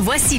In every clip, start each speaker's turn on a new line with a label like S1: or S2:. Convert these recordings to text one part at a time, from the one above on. S1: Voici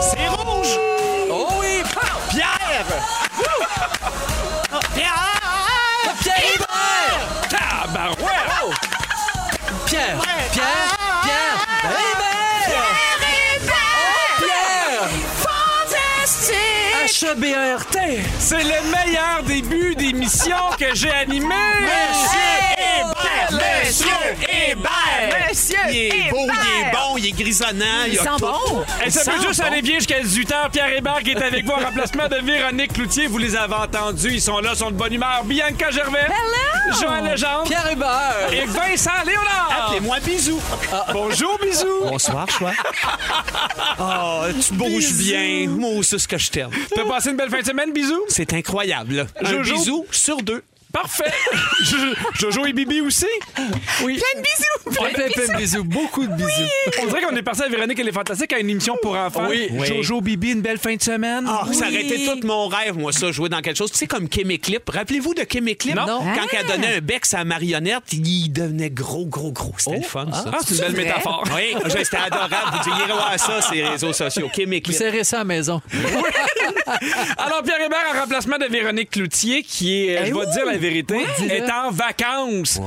S2: C'est rouge!
S3: Oh oui!
S2: Pierre! Wouh! Pierre! Oh.
S3: Pierre Hébert!
S2: Tabarouette! Ah.
S3: Pierre! Pierre! Pierre! Hébert!
S2: Oh,
S3: Pierre!
S2: E
S3: H-E-B-E-R-T!
S2: C'est le meilleur début d'émission que j'ai animé! Monsieur Hébert! Monsieur Hébert!
S3: Monsieur
S2: Il est beau, il est bon, il est grisonnant, il a
S3: Sans bon!
S4: Et Eh, ça
S3: Sans
S4: peut juste
S3: bon.
S4: aller bien jusqu'à 18h. Pierre Hébert qui est avec vous en remplacement de Véronique Cloutier. Vous les avez entendus. Ils sont là, sont de bonne humeur. Bianca Gervais.
S3: Hello!
S4: Joël Legendre.
S3: Pierre Hébert!
S4: Et Vincent Léonard.
S2: Appelez-moi Bisou.
S4: Bonjour, bisous.
S2: Ah. Bonsoir, choix. Oh, tu bouges bien. Moi, c'est ce que je t'aime.
S4: T'as passé une belle fin de semaine, bisous.
S2: C'est incroyable. Un
S4: Jojo.
S2: bisou sur deux.
S4: Parfait. Jo- Jojo et Bibi aussi.
S3: Oui. Plein de bisous! Plein, plein de bisous! Beaucoup de bisous!
S4: On dirait qu'on est parti à Véronique et les Fantastiques à une émission pour enfants.
S3: Oui.
S2: Oui.
S4: Jojo, Bibi, une belle fin de semaine.
S2: Ah, ça
S3: Oui.
S2: aurait été tout mon rêve, moi, ça, jouer dans quelque chose. Tu sais, comme Kim et Clip. Rappelez-vous de Kim et Clip?
S4: Non.
S2: Quand elle donnait un bec à sa marionnette, il devenait gros, gros, gros. C'était le fun, ça.
S4: Ah, c'est une
S3: C'est
S4: belle
S3: vrai?
S4: métaphore.
S2: Oui, Ah, je- c'était adorable. Vous irez voir ça sur les réseaux sociaux. Kim et
S3: Vous
S2: Clip.
S3: serrez ça à la maison.
S4: Alors, Pierre Hébert, en remplacement de Véronique Cloutier, qui est, euh,
S3: Eh
S4: je vais
S3: oui.
S4: te dire la vérité,
S3: dis-le.
S4: est en vacances. Oh.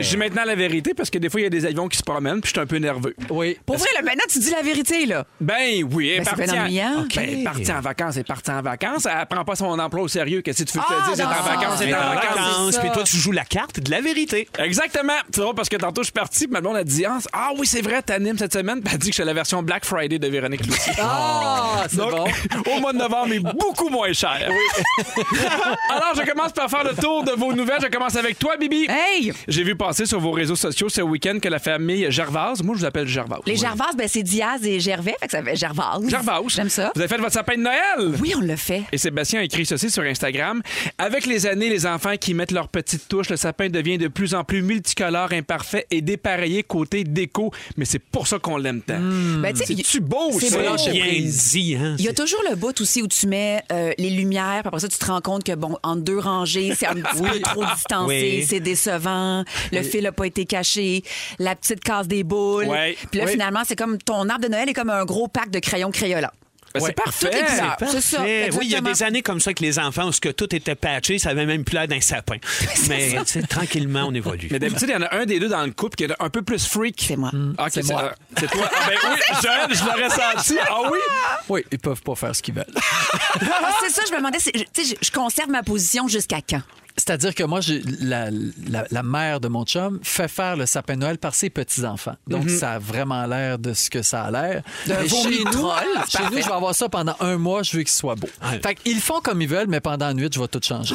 S4: J'ai maintenant la vérité parce que des fois, il y a des avions qui se promènent, puis je suis un peu nerveux.
S3: Oui.
S5: Pour vrai, là, maintenant, tu dis la vérité, là.
S4: Ben oui, elle est
S5: Ben, c'est
S4: partie
S5: bien
S4: en...
S5: ennuyant.
S4: Ben, elle est partie en vacances, elle est partie en vacances. Elle prend pas son emploi au sérieux. Qu'est-ce que tu veux que je te dise? Elle est en vacances, Ah, elle est
S2: Ah,
S4: en vacances.
S2: vacances. Puis toi, tu joues la carte de la vérité.
S4: Exactement. C'est drôle parce que tantôt, je suis parti, puis ma blonde a dit Ah, Ah oui, c'est vrai, t'animes cette semaine. Puis elle dit que je suis la version Black Friday de Véronique Loutier.
S3: Ah, c'est
S4: Donc,
S3: bon.
S4: au mois de novembre, mais beaucoup moins cher. Alors, je commence par faire le tour de vos nouvelles. Je commence avec toi, Bibi.
S5: Hey!
S4: J'ai vu passer sur vos réseaux sociaux ce week-end que la famille Gervase, moi je vous appelle Gervase.
S5: Les Gervas, ben, c'est Diaz et Gervais, fait que ça fait Gervas.
S4: Gervase.
S5: J'aime ça.
S4: Vous avez fait votre sapin de Noël.
S5: Oui, on le fait.
S4: Et Sébastien a écrit ceci sur Instagram. Avec les années, les enfants qui mettent leurs petites touches, le sapin devient de plus en plus multicolore, imparfait et dépareillé côté déco. Mais c'est pour ça qu'on l'aime tant.
S5: Ben, tu sais, il-
S4: C'est-tu beau,
S5: c'est
S4: ça?
S5: beau.
S2: C'est bien dit, hein?
S5: il y a toujours le bout aussi où tu mets euh, les lumières, puis après ça, tu te rends compte que, bon, entre deux rangées, c'est un petit peu trop distancé,
S2: Oui.
S5: c'est décevant, le fil n'a pas été caché, la petite case des boules.
S4: Ouais.
S5: Puis là,
S4: Oui.
S5: finalement, c'est comme ton arbre de Noël est comme un gros pack de crayons crayolants.
S4: Ben,
S5: Ouais.
S4: C'est parfait.
S5: Toutes les couleurs.
S2: Parfait.
S5: C'est ça,
S2: Oui, il y a
S5: exactement.
S2: des années comme ça que les enfants, où ce que tout était patché, ça avait même plus l'air d'un sapin. Mais tu sais, tranquillement, on évolue.
S4: Mais d'habitude, il y en a un des deux dans le couple qui est un peu plus freak.
S5: C'est moi.
S4: Ah,
S3: C'est moi.
S4: C'est toi. Ah, ben oui, Joël, je l'aurais senti. Ah oui?
S3: Oui, ils peuvent pas faire ce qu'ils veulent.
S5: Ah, c'est ça, je me demandais, c'est- je- tu sais, je- je conserve ma position jusqu'à quand?
S3: C'est-à-dire que moi, j'ai- la, la- la mère de mon chum fait faire le sapin de Noël par ses petits-enfants. Donc, ça a vraiment l'air de ce que ça a l'air.
S5: D'un
S3: Mais
S5: vomi
S3: chez
S5: de
S3: nous,
S5: troll,
S3: chez
S5: parfait.
S3: nous, je vais avoir ça pendant un mois, je veux qu'il soit beau. Fait qu'ils font comme ils veulent, mais pendant la nuit, je vais tout changer.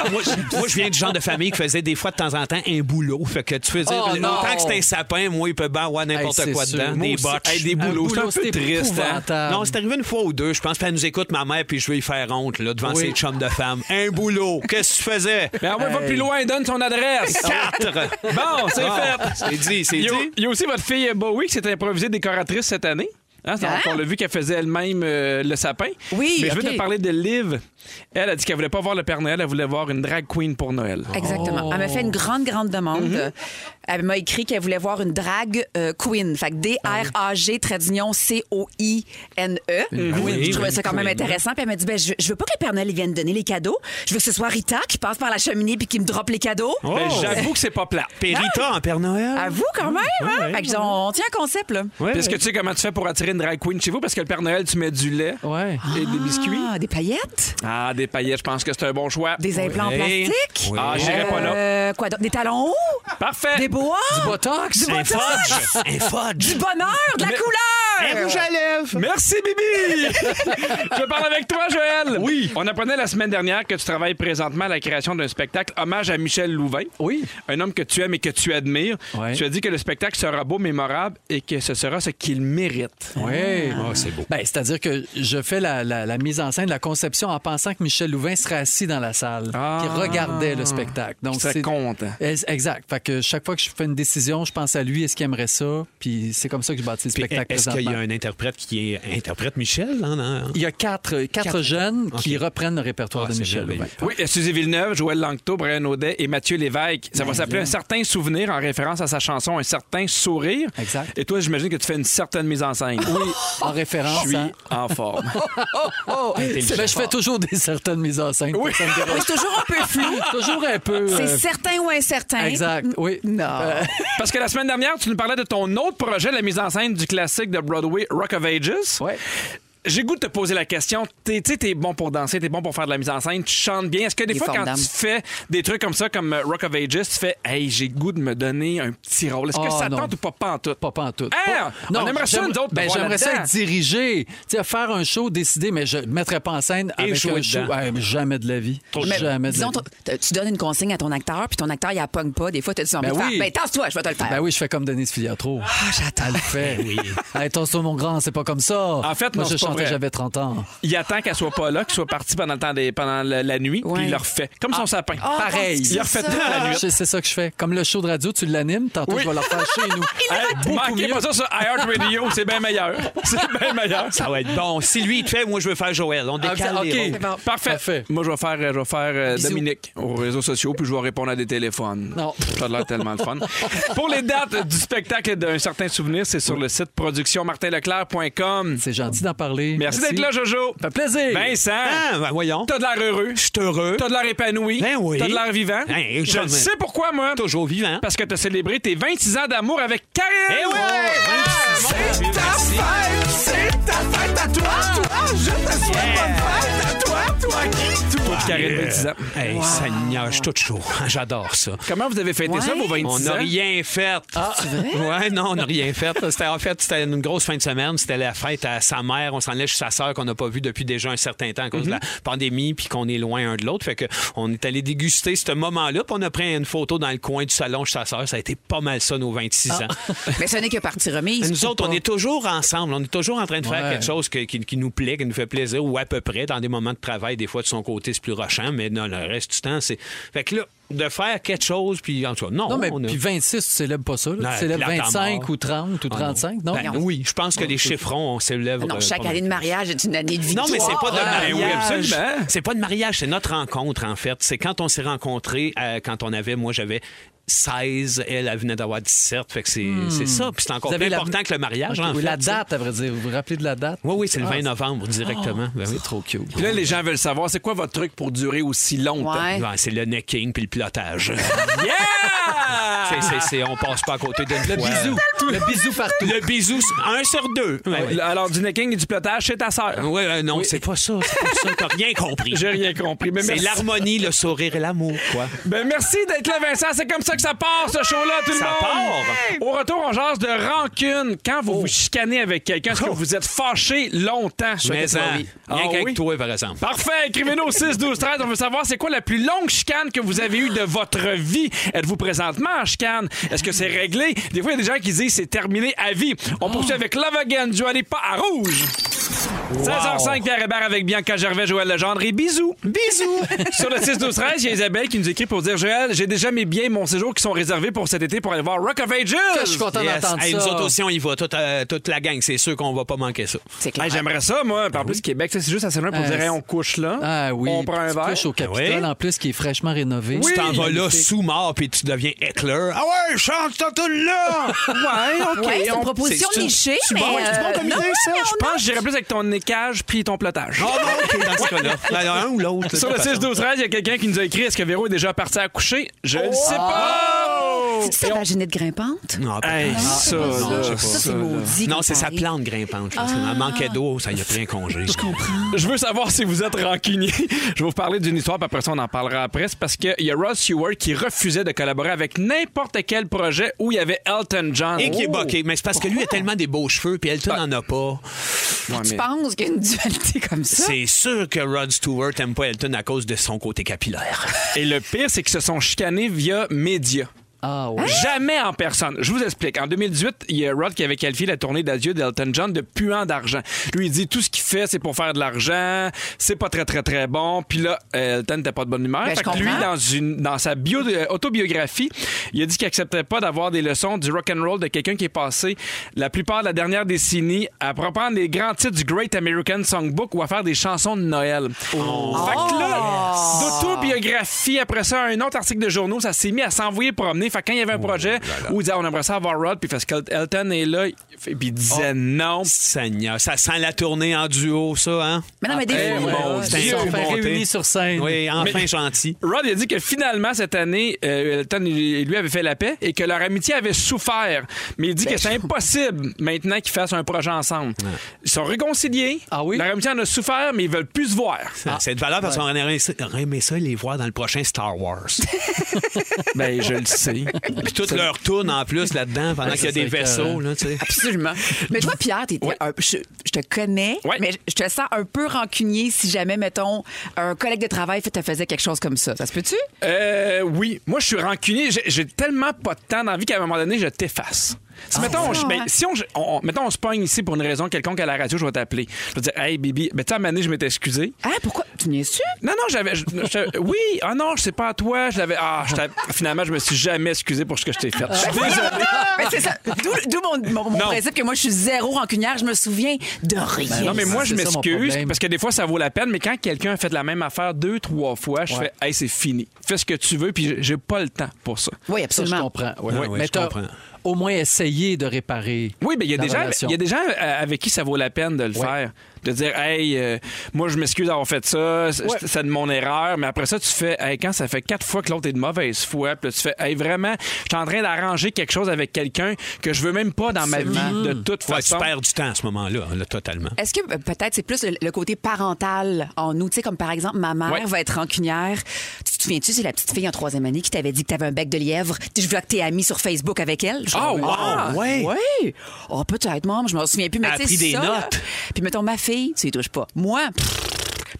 S2: Ah, moi, je, moi, je viens du genre de famille qui faisait des fois de temps en temps un boulot. Fait que tu fais dire,
S3: Oh, non.
S2: autant que c'est un sapin, moi, il peut bien avoir n'importe
S3: Hey, c'est
S2: quoi
S3: sûr.
S2: dedans.
S3: Moi
S2: Des
S3: aussi.
S2: botches.
S3: Hey, des Un boulots, c'est un boulot, peu c'est triste, hein. épouvantable.
S2: Non, c'est arrivé une fois ou deux, je pense. Puis elle nous écoute, ma mère, puis je vais y faire honte, là, devant
S3: Oui.
S2: ses chums de femmes. Un boulot, qu'est-ce que tu faisais?
S4: Mais on va plus loin, donne son adresse.
S2: Quatre!
S4: Bon, c'est
S2: Ah,
S4: fait.
S2: C'est dit, c'est
S4: Il y, a,
S2: dit.
S4: il y a aussi votre fille Bowie qui s'est improvisée décoratrice cette année. Hein, ça, On l'a vu qu'elle faisait elle-même euh, le sapin.
S5: Oui,
S4: Mais je
S5: ok.
S4: veux te parler de Liv. Elle a dit qu'elle voulait pas voir le Père Noël, elle voulait voir une drag queen pour Noël.
S5: Oh. Exactement. Elle m'a fait une grande, grande demande.
S4: Mhm.
S5: Euh, Elle m'a écrit qu'elle voulait voir une drague euh, queen. Fait que D-R-A-G, trait d'union, C-O-I-N-E.
S2: queen,
S5: E. Je trouvais ça
S2: une
S5: quand même
S4: hein.
S2: queen.
S5: intéressant. Puis elle m'a dit ben, je, je veux pas que le Père Noël il vienne donner les cadeaux. Je veux que ce soit Rita qui passe par la cheminée puis qui me droppe les cadeaux.
S4: Ben, J'avoue que c'est pas plat.
S2: Puis Rita en Père Noël.
S5: À vous, quand même. Hein? Fait que disons, on tient un concept, là.
S4: Est-ce que tu sais comment tu fais pour attirer une drag queen chez vous? Parce que le Père Noël, tu mets du lait
S3: Ouais.
S4: et des biscuits.
S5: Ah, des paillettes,
S4: Ah, des paillettes, je pense que c'est un bon choix.
S5: des implants en
S2: Oui.
S5: plastique.
S2: Oui.
S4: Ah, j'irai pas là.
S5: Euh, quoi d'autre? Des talons hauts?
S4: Parfait.
S5: Des bois?
S3: Du botox.
S2: Un fudge! Un fudge!
S5: Du bonheur? De la
S4: Mais- Eh,
S5: couleur?
S2: Un rouge à lèvres!
S4: Merci, Bibi! Je parle avec toi, Joël. Oui. On apprenait la semaine dernière que tu travailles présentement à la création d'un spectacle hommage à Michel Louvain.
S3: Oui.
S4: Un homme que tu aimes et que tu admires.
S3: Ouais.
S4: Tu as dit que le spectacle sera beau, mémorable et que ce sera ce qu'il mérite.
S3: Oui.
S4: Ah, c'est beau.
S3: Ben, C'est-à-dire que je fais la, la- la mise en scène, la conception en pensant que Michel Louvain serait assis dans la salle
S4: Ah.
S3: qui regardait le spectacle. Donc
S4: Ça
S3: c'est-
S4: compte.
S3: Es- Exact. Fait que chaque fois que je fais une décision, je pense à lui, est-ce qu'il aimerait ça? Puis c'est comme ça que je bâtis le
S2: Puis
S3: spectacle
S2: Est-ce qu'il y a
S3: présentement.
S2: un interprète qui est interprète Michel? hein, non?
S3: Il y a quatre, quatre, jeunes qui reprennent le répertoire
S2: Ah,
S3: de
S2: c'est
S3: Michel
S2: bien,
S3: Louvain.
S2: bien.
S4: Oui, Suzy Villeneuve, Joël Langto, Brian Audet et Mathieu Lévesque. Ça va s'appeler Un certain souvenir en référence à sa chanson Un certain sourire.
S3: Exact.
S4: Et toi, j'imagine que tu fais une certaine mise en scène. Oui,
S3: En référence
S4: je suis
S3: à-
S4: en forme.
S3: Ben, je fais toujours des certaines mises en scène.
S4: Oui.
S3: Ça me dérange.
S5: Oui, c'est toujours un peu flou.
S3: toujours un peu.
S5: C'est
S3: euh,
S5: certain ou incertain.
S3: Exact, oui. Euh,
S5: Non.
S4: Parce que la semaine dernière, tu nous parlais de ton autre projet, la mise en scène du classique de Broadway Rock of Ages.
S3: Ouais.
S4: J'ai goût de te poser la question. T'es- Tu sais, t'es bon pour danser, t'es bon pour faire de la mise en scène, tu chantes bien. Est-ce que des
S5: Il est
S4: fois, quand
S5: formidable.
S4: tu fais des trucs comme ça, comme euh, Rock of Ages, tu fais Hey, j'ai goût de me donner un petit rôle. Est-ce que
S3: Ah,
S4: ça
S3: non.
S4: tente ou pas, pas en tout?
S3: Pas pantoute.
S4: Hein?
S3: Pas-
S4: On aimerait ça,
S3: j'aime-
S4: nous autres, te
S3: ben,
S4: voir
S3: J'aimerais ça
S4: là-dedans.
S3: être dirigé. Tu sais, faire un show, décider, mais je ne mettrais pas en scène avec
S2: jouer
S3: un show.
S2: dedans.
S3: Ah, mais jamais de la vie.
S5: Mais
S3: jamais de la
S5: disons,
S3: vie. Ah,
S5: t- tu donnes une consigne à ton acteur, puis ton acteur, il la pogne pas. Des fois, tu as envie
S3: Ben
S5: de
S3: oui.
S5: faire. Ben, tasse-toi, je vais te le faire.
S3: Ben oui, je fais comme Denise Filiatro. Ah, j'attends. Elle le fait.
S2: oui.
S3: Hey, ton saut, mon grand, c'est pas comme ça.
S4: En fait,
S3: Moi,
S4: non,
S3: je
S4: c'est pas
S3: chantais,
S4: vrai.
S3: j'avais 30 ans.
S4: Il attend qu'elle soit pas là, qu'elle soit partie pendant, le temps des, pendant la, la nuit,
S5: Ouais.
S4: puis il le refait. Comme son sapin.
S3: Ah, Pareil.
S4: Il refait
S5: ça.
S4: toute la nuit.
S3: Je- C'est ça que je fais. Comme le show de radio, tu l'animes. Tantôt,
S4: Oui.
S3: je vais le refaire chez nous.
S4: Hey, manquez pas ça sur iHeartRadio, c'est bien meilleur. C'est bien meilleur.
S2: Ça va être bon. Si lui, il te fait, moi, je veux faire Joël. On décale
S3: Ah,
S2: les
S3: ok.
S2: rôles.
S3: C'est bon.
S4: Parfait.
S3: Parfait.
S4: Moi, je vais faire, je vais faire euh,
S3: Bisous.
S4: Dominique aux réseaux sociaux, puis je vais répondre à des téléphones.
S3: Non.
S4: Ça a l'air tellement le fun. Pour les dates du spectacle d'un certain souvenir, c'est sur le site productionmartinleclerc.com.
S3: C'est gentil d'en parler.
S4: Merci, d'être là, Jojo.
S3: Ça fait plaisir.
S4: Vincent,
S2: Ah, ben voyons.
S4: t'as de l'air heureux.
S2: Je suis heureux.
S4: T'as de l'air épanoui.
S2: Ben oui.
S4: T'as de l'air vivant.
S2: Ben,
S4: je
S2: je-
S4: le sais pourquoi, moi.
S2: Toujours vivant.
S4: Parce que t'as célébré tes 26 ans d'amour avec Karine. Oh.
S2: Eh ouais!
S6: C'est ta fête, c'est ta fête à toi, toi. Je te souhaite bonne fête à toi, toi qui, toi.
S4: Karine, 26 ans.
S2: Hey, Seigneur, je suis tout chaud. J'adore ça.
S4: Comment vous avez fêté
S5: Ouais.
S4: ça, vos 26
S2: On
S4: ans?
S2: n'a rien fait.
S3: Ah,
S2: Ouais, non, on n'a rien fait. C'était en fait, c'était une grosse fin de semaine. C'était la fête à sa mère. On s'en allait chez sa sœur qu'on n'a pas vue depuis déjà un certain temps à cause de la
S3: Mm-hmm.
S2: pandémie, puis qu'on est loin un de l'autre. Fait que on est allé déguster ce moment-là. Puis on a pris une photo dans le coin du salon chez sa sœur. Ça a été pas mal ça nos 26
S3: Ah.
S2: ans.
S5: Mais ce n'est que partie remise.
S2: Nous autres, on est toujours ensemble. On est toujours en train de faire
S3: Ouais.
S2: quelque chose que- qui, qui nous plaît, qui nous fait plaisir, ou à peu près, dans des moments de travail, des fois de son côté, c'est plus rochant, mais dans le reste du temps, c'est. Fait que là, de faire quelque chose, puis en tout cas, non.
S3: Non, mais
S2: on a-
S3: puis 26, tu célèbres pas ça. là.
S2: Non,
S3: tu célèbres
S2: puis la
S3: 25
S2: mort.
S3: ou 30 ou 35, non?
S2: Ben oui, je pense que les chiffrons, on s'élève.
S5: Ah Non,
S2: euh,
S5: chaque
S2: pas mal.
S5: année de mariage est une année de vie.
S2: Non, mais c'est pas de
S4: Ah, ben oui,
S2: mariage.
S4: absolument.
S2: c'est pas de mariage, c'est notre rencontre, en fait. C'est quand on s'est rencontrés, euh, quand on avait, moi, j'avais 16, elle, elle venait d'avoir 17. Fait que c'est c'est ça. Puis c'est encore
S3: Vous
S2: plus
S3: avez la-
S2: important que le mariage,
S3: Ok,
S2: en fait.
S3: oui, La
S2: ça.
S3: date, à vrai dire. Vous vous rappelez de la date?
S2: Oui, oui, c'est le
S3: Ah,
S2: 20 novembre directement. Ben oui.
S3: C'est trop cute.
S4: Puis là, les gens veulent savoir, c'est quoi votre truc pour durer aussi longtemps?
S5: Ouais.
S2: Ouais, c'est le necking puis le pilotage.
S4: Yeah!
S2: C'est- c'est- c'est- on passe pas à côté d'une
S3: Le
S2: fois.
S3: bisou. Le bisou partout.
S2: Le bisou, c'est un sur deux.
S4: Ah
S2: Ouais, ouais.
S4: Euh, Alors, du necking et du plotage chez ta sœur.
S2: Ouais, ouais, non, c'est pas ça. C'est pas ça. T'as rien compris.
S4: J'ai rien compris. Mais
S2: C'est
S4: merci.
S2: l'harmonie, le sourire et l'amour, quoi.
S4: Ben, merci d'être là, Vincent. C'est comme ça que ça part, ce show-là, tout
S2: Ça
S4: le monde.
S2: part. Oh.
S4: Au retour, on jase de rancune. Quand vous vous chicanez avec quelqu'un, est-ce que vous êtes fâché longtemps?
S2: Mais hein, rien
S4: Ah
S2: qu'avec
S4: oui?
S2: toi, par exemple.
S4: Parfait, écrivez-nous au 6 12 13, on veut savoir c'est quoi la plus longue chicane que vous avez eue de votre vie. Êtes-vous présentement en chicane Est-ce que c'est réglé Des fois il y a des gens qui disent c'est terminé à vie. On poursuit avec Love Again du Allez pas à rouge. 16h05 Pierre Hébert avec Bianca Gervais, Joël Legendre et bisous. Bisous. Sur le 6 12 13, il y a Isabelle qui nous écrit pour dire Joël, j'ai déjà mes biens et mon séjour qui sont réservés pour cet été pour aller voir Rock of Ages.
S3: Je suis content
S2: Yes.
S3: d'entendre
S2: Hey,
S3: ça.
S2: nous autres aussi, on y va. Toute, euh, toute la gang, c'est sûr qu'on va pas manquer ça.
S5: C'est
S4: Hey,
S5: clair.
S4: J'aimerais ça, moi. Puis En plus, Québec, ça, c'est juste assez loin pour
S3: Ah,
S4: dire hey,
S3: c'est-
S4: on couche là.
S3: Ah oui.
S4: On prend un
S3: petite
S4: verre.
S3: couche au Capitole,
S2: hein? Ah Oui.
S3: en plus, qui est fraîchement rénové.
S2: Tu t'en vas là sous mort, puis tu deviens Hitler. Ah ouais, chante ta tune là! Ah
S4: Ouais, OK.
S5: Ouais, c'est une
S4: on-
S5: proposition
S4: c'est- c'est-
S5: nichée,
S4: c'est bon,
S5: mais,
S4: c'est bon
S5: euh,
S4: comme
S5: non,
S4: idée, ça.
S5: mais
S4: Je
S5: on
S4: pense que j'irais plus avec ton écage puis ton plotage.
S2: Ah non, OK, dans ce cas-là. Ben, Un ou l'autre.
S4: Sur
S2: de
S4: le
S2: toute façon.
S4: 6 12 13, il y a quelqu'un qui nous a écrit est-ce que Véro est déjà parti à coucher Je ne sais pas.
S5: C'est ça, vaginée de grimpante?
S2: Non, pas
S4: Hey,
S2: tant.
S4: ça, là,
S5: ça, c'est maudit.
S2: Non,
S5: comme
S2: c'est sa
S5: pareil.
S2: plante grimpante. je pense. Elle manquait d'eau, ça y a pris un congé.
S5: Je comprends.
S4: Ah. Je veux savoir si vous êtes rancunier. Je vais vous parler d'une histoire, puis après ça, on en parlera après. C'est parce qu'il y a Ross Stewart qui refusait de collaborer avec n'importe quel projet où il y avait Elton John.
S2: Et qui est boqué. Mais c'est parce que lui a tellement des beaux cheveux, puis Elton n'en a pas.
S4: Ouais, Oh, mais-
S5: Tu penses qu'il y a une dualité comme ça?
S2: C'est sûr que Rod Stewart n'aime pas Elton à cause de son côté capillaire.
S4: Et le pire, c'est qu'ils se sont chicanés via média.
S3: Ah
S5: Hein?
S3: ouais.
S4: Jamais en personne. Je vous explique. En 2018, il y a Rod qui avait qualifié la tournée d'adieu d'Elton John de puant d'argent. Lui, il dit tout ce qu'il fait, c'est pour faire de l'argent, c'est pas très, très, très bon. Puis là, euh, Elton n'était pas de bonne humeur.
S5: Ben, je
S4: Fait que lui,
S5: comprends.
S4: dans, une, dans sa bio, euh, autobiographie, il a dit qu'il acceptait pas d'avoir des leçons du rock and roll de quelqu'un qui est passé la plupart de la dernière décennie à reprendre les grands titres du Great American Songbook ou à faire des chansons de Noël. Fait que là, d'autobiographie, après ça, un autre article de journaux, ça s'est mis à s'envoyer promener. Fait que quand il y avait un projet où il disait on aimerait ça avoir Rod, puis parce qu'Elton est là, il fait- puis il disait non.
S2: Seigneur, ça sent la tournée en duo, ça, hein?
S5: Mais non, mais des
S4: Eh,
S5: fois,
S4: mon
S5: là,
S2: Dieu.
S3: Ils
S2: C'est
S3: se sont
S2: une
S3: fait
S2: bonté.
S3: réunis sur scène.
S2: Oui, hein. enfin gentil.
S4: Rod il a dit que finalement cette année, euh, Elton lui lui avait fait la paix et que leur amitié avait souffert. Mais il dit que c'est impossible maintenant qu'ils fassent un projet ensemble. Ils sont réconciliés.
S3: Ah oui?
S4: Leur amitié en a souffert, mais ils veulent plus se voir.
S3: Ah.
S2: c'est de valeur parce qu'on aurait aurait aimé ça les voir dans le prochain Star Wars.
S4: ben je le sais.
S2: Puis toutes leurs tournes en plus là-dedans pendant
S3: Ouais,
S2: qu'il y a
S3: ça,
S2: des
S3: c'est
S2: vaisseaux.
S3: écœurant.
S2: Là, tu sais.
S5: Absolument. Mais toi, Pierre, t'es- t'es
S4: Ouais.
S5: un- je, je te connais,
S4: Ouais.
S5: mais je te sens un peu rancunier si jamais, mettons, un collègue de travail te faisait quelque chose comme ça. Ça se peut-tu?
S4: Euh, oui. Moi, je suis rancunier. J'ai- J'ai tellement pas de temps dans la vie qu'à un moment donné, je t'efface.
S3: Ah
S4: Si, mettons, je- ben, si on, on- mettons, on se pogne ici pour une raison quelconque à la radio, je vais t'appeler. Je vais dire, hey, Bibi, ben, tu sais, à un moment donné, je m'étais excusé.
S5: Ah, pourquoi? Tu niaises-tu?
S4: Non, non, j'avais. je- je- oui, ah non, je sais pas à toi. Je l'avais. Ah, je t'ai- finalement, je me suis jamais excusé pour ce que je t'ai fait. Je suis désolé.
S5: Mais c'est ça. D'où d'où mon, mon- mon
S4: Non. Ben
S5: principe que moi, je suis zéro rancunière. Je me souviens de rien.
S4: Non, mais moi, je
S3: C'est ça, mon
S4: m'excuse
S3: problème.
S4: parce que des fois, ça vaut la peine. Mais quand quelqu'un a fait la même affaire deux, trois fois, je
S3: Ouais.
S4: fais, hey, c'est fini. Fais ce que tu veux, puis j'ai- j'ai pas le temps pour ça.
S5: Oui,
S3: Ça, je
S5: absolument.
S3: comprends. Ouais.
S2: Ouais, ouais,
S3: mais
S2: je
S3: t'as
S2: comprends.
S3: au moins essayé de réparer.
S4: Oui, mais il y a
S3: la
S4: des gens,
S3: relation.
S4: il y a des gens euh, avec qui ça vaut la peine de le
S3: Ouais.
S4: faire, de dire hey, euh, moi je m'excuse d'avoir fait ça, c'est c'est de mon erreur, mais après ça tu fais hey, quand ça fait quatre fois que l'autre est de mauvaise foi, puis là, tu fais hey vraiment, je suis en train d'arranger quelque chose avec quelqu'un que je veux même pas dans ma vie de toute
S2: Ouais, tu
S4: façon.
S2: perds du temps à ce moment-là, là, totalement.
S5: Est-ce que euh, peut-être c'est plus le, le côté parental en nous? Tu sais, comme par exemple, ma mère
S4: Ouais.
S5: va être rancunière. Tu te souviens-tu, c'est la petite fille en troisième année qui t'avait dit que t'avais un bec de lièvre. Je veux que t'es amie sur Facebook avec elle. Je-
S4: Ah, wow!
S2: Oh, Ouais.
S5: Ouais! Oh, peut-être, maman, je m'en souviens plus. Mais
S2: Elle a
S5: tu sais,
S2: pris des
S5: ça, là.
S2: notes.
S5: Puis mettons, ma fille, tu y touches pas. Moi, pff,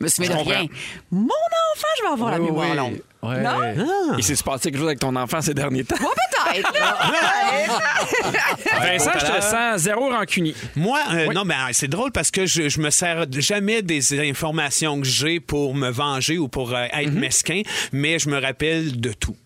S5: je me souviens de rien. Mon enfant, je vais avoir la
S3: Oui,
S5: mémoire
S3: oui.
S5: longue.
S3: Ouais.
S5: Non?
S4: Il s'est passé quelque chose avec ton enfant ces derniers temps.
S5: Moi, peut-être. là.
S4: Vincent,
S2: bon
S4: je te sens zéro rancunier.
S2: Moi, euh, non, mais euh, c'est drôle parce que je, je me sers jamais des informations que j'ai pour me venger ou pour euh, être mesquin, mais je me rappelle de tout.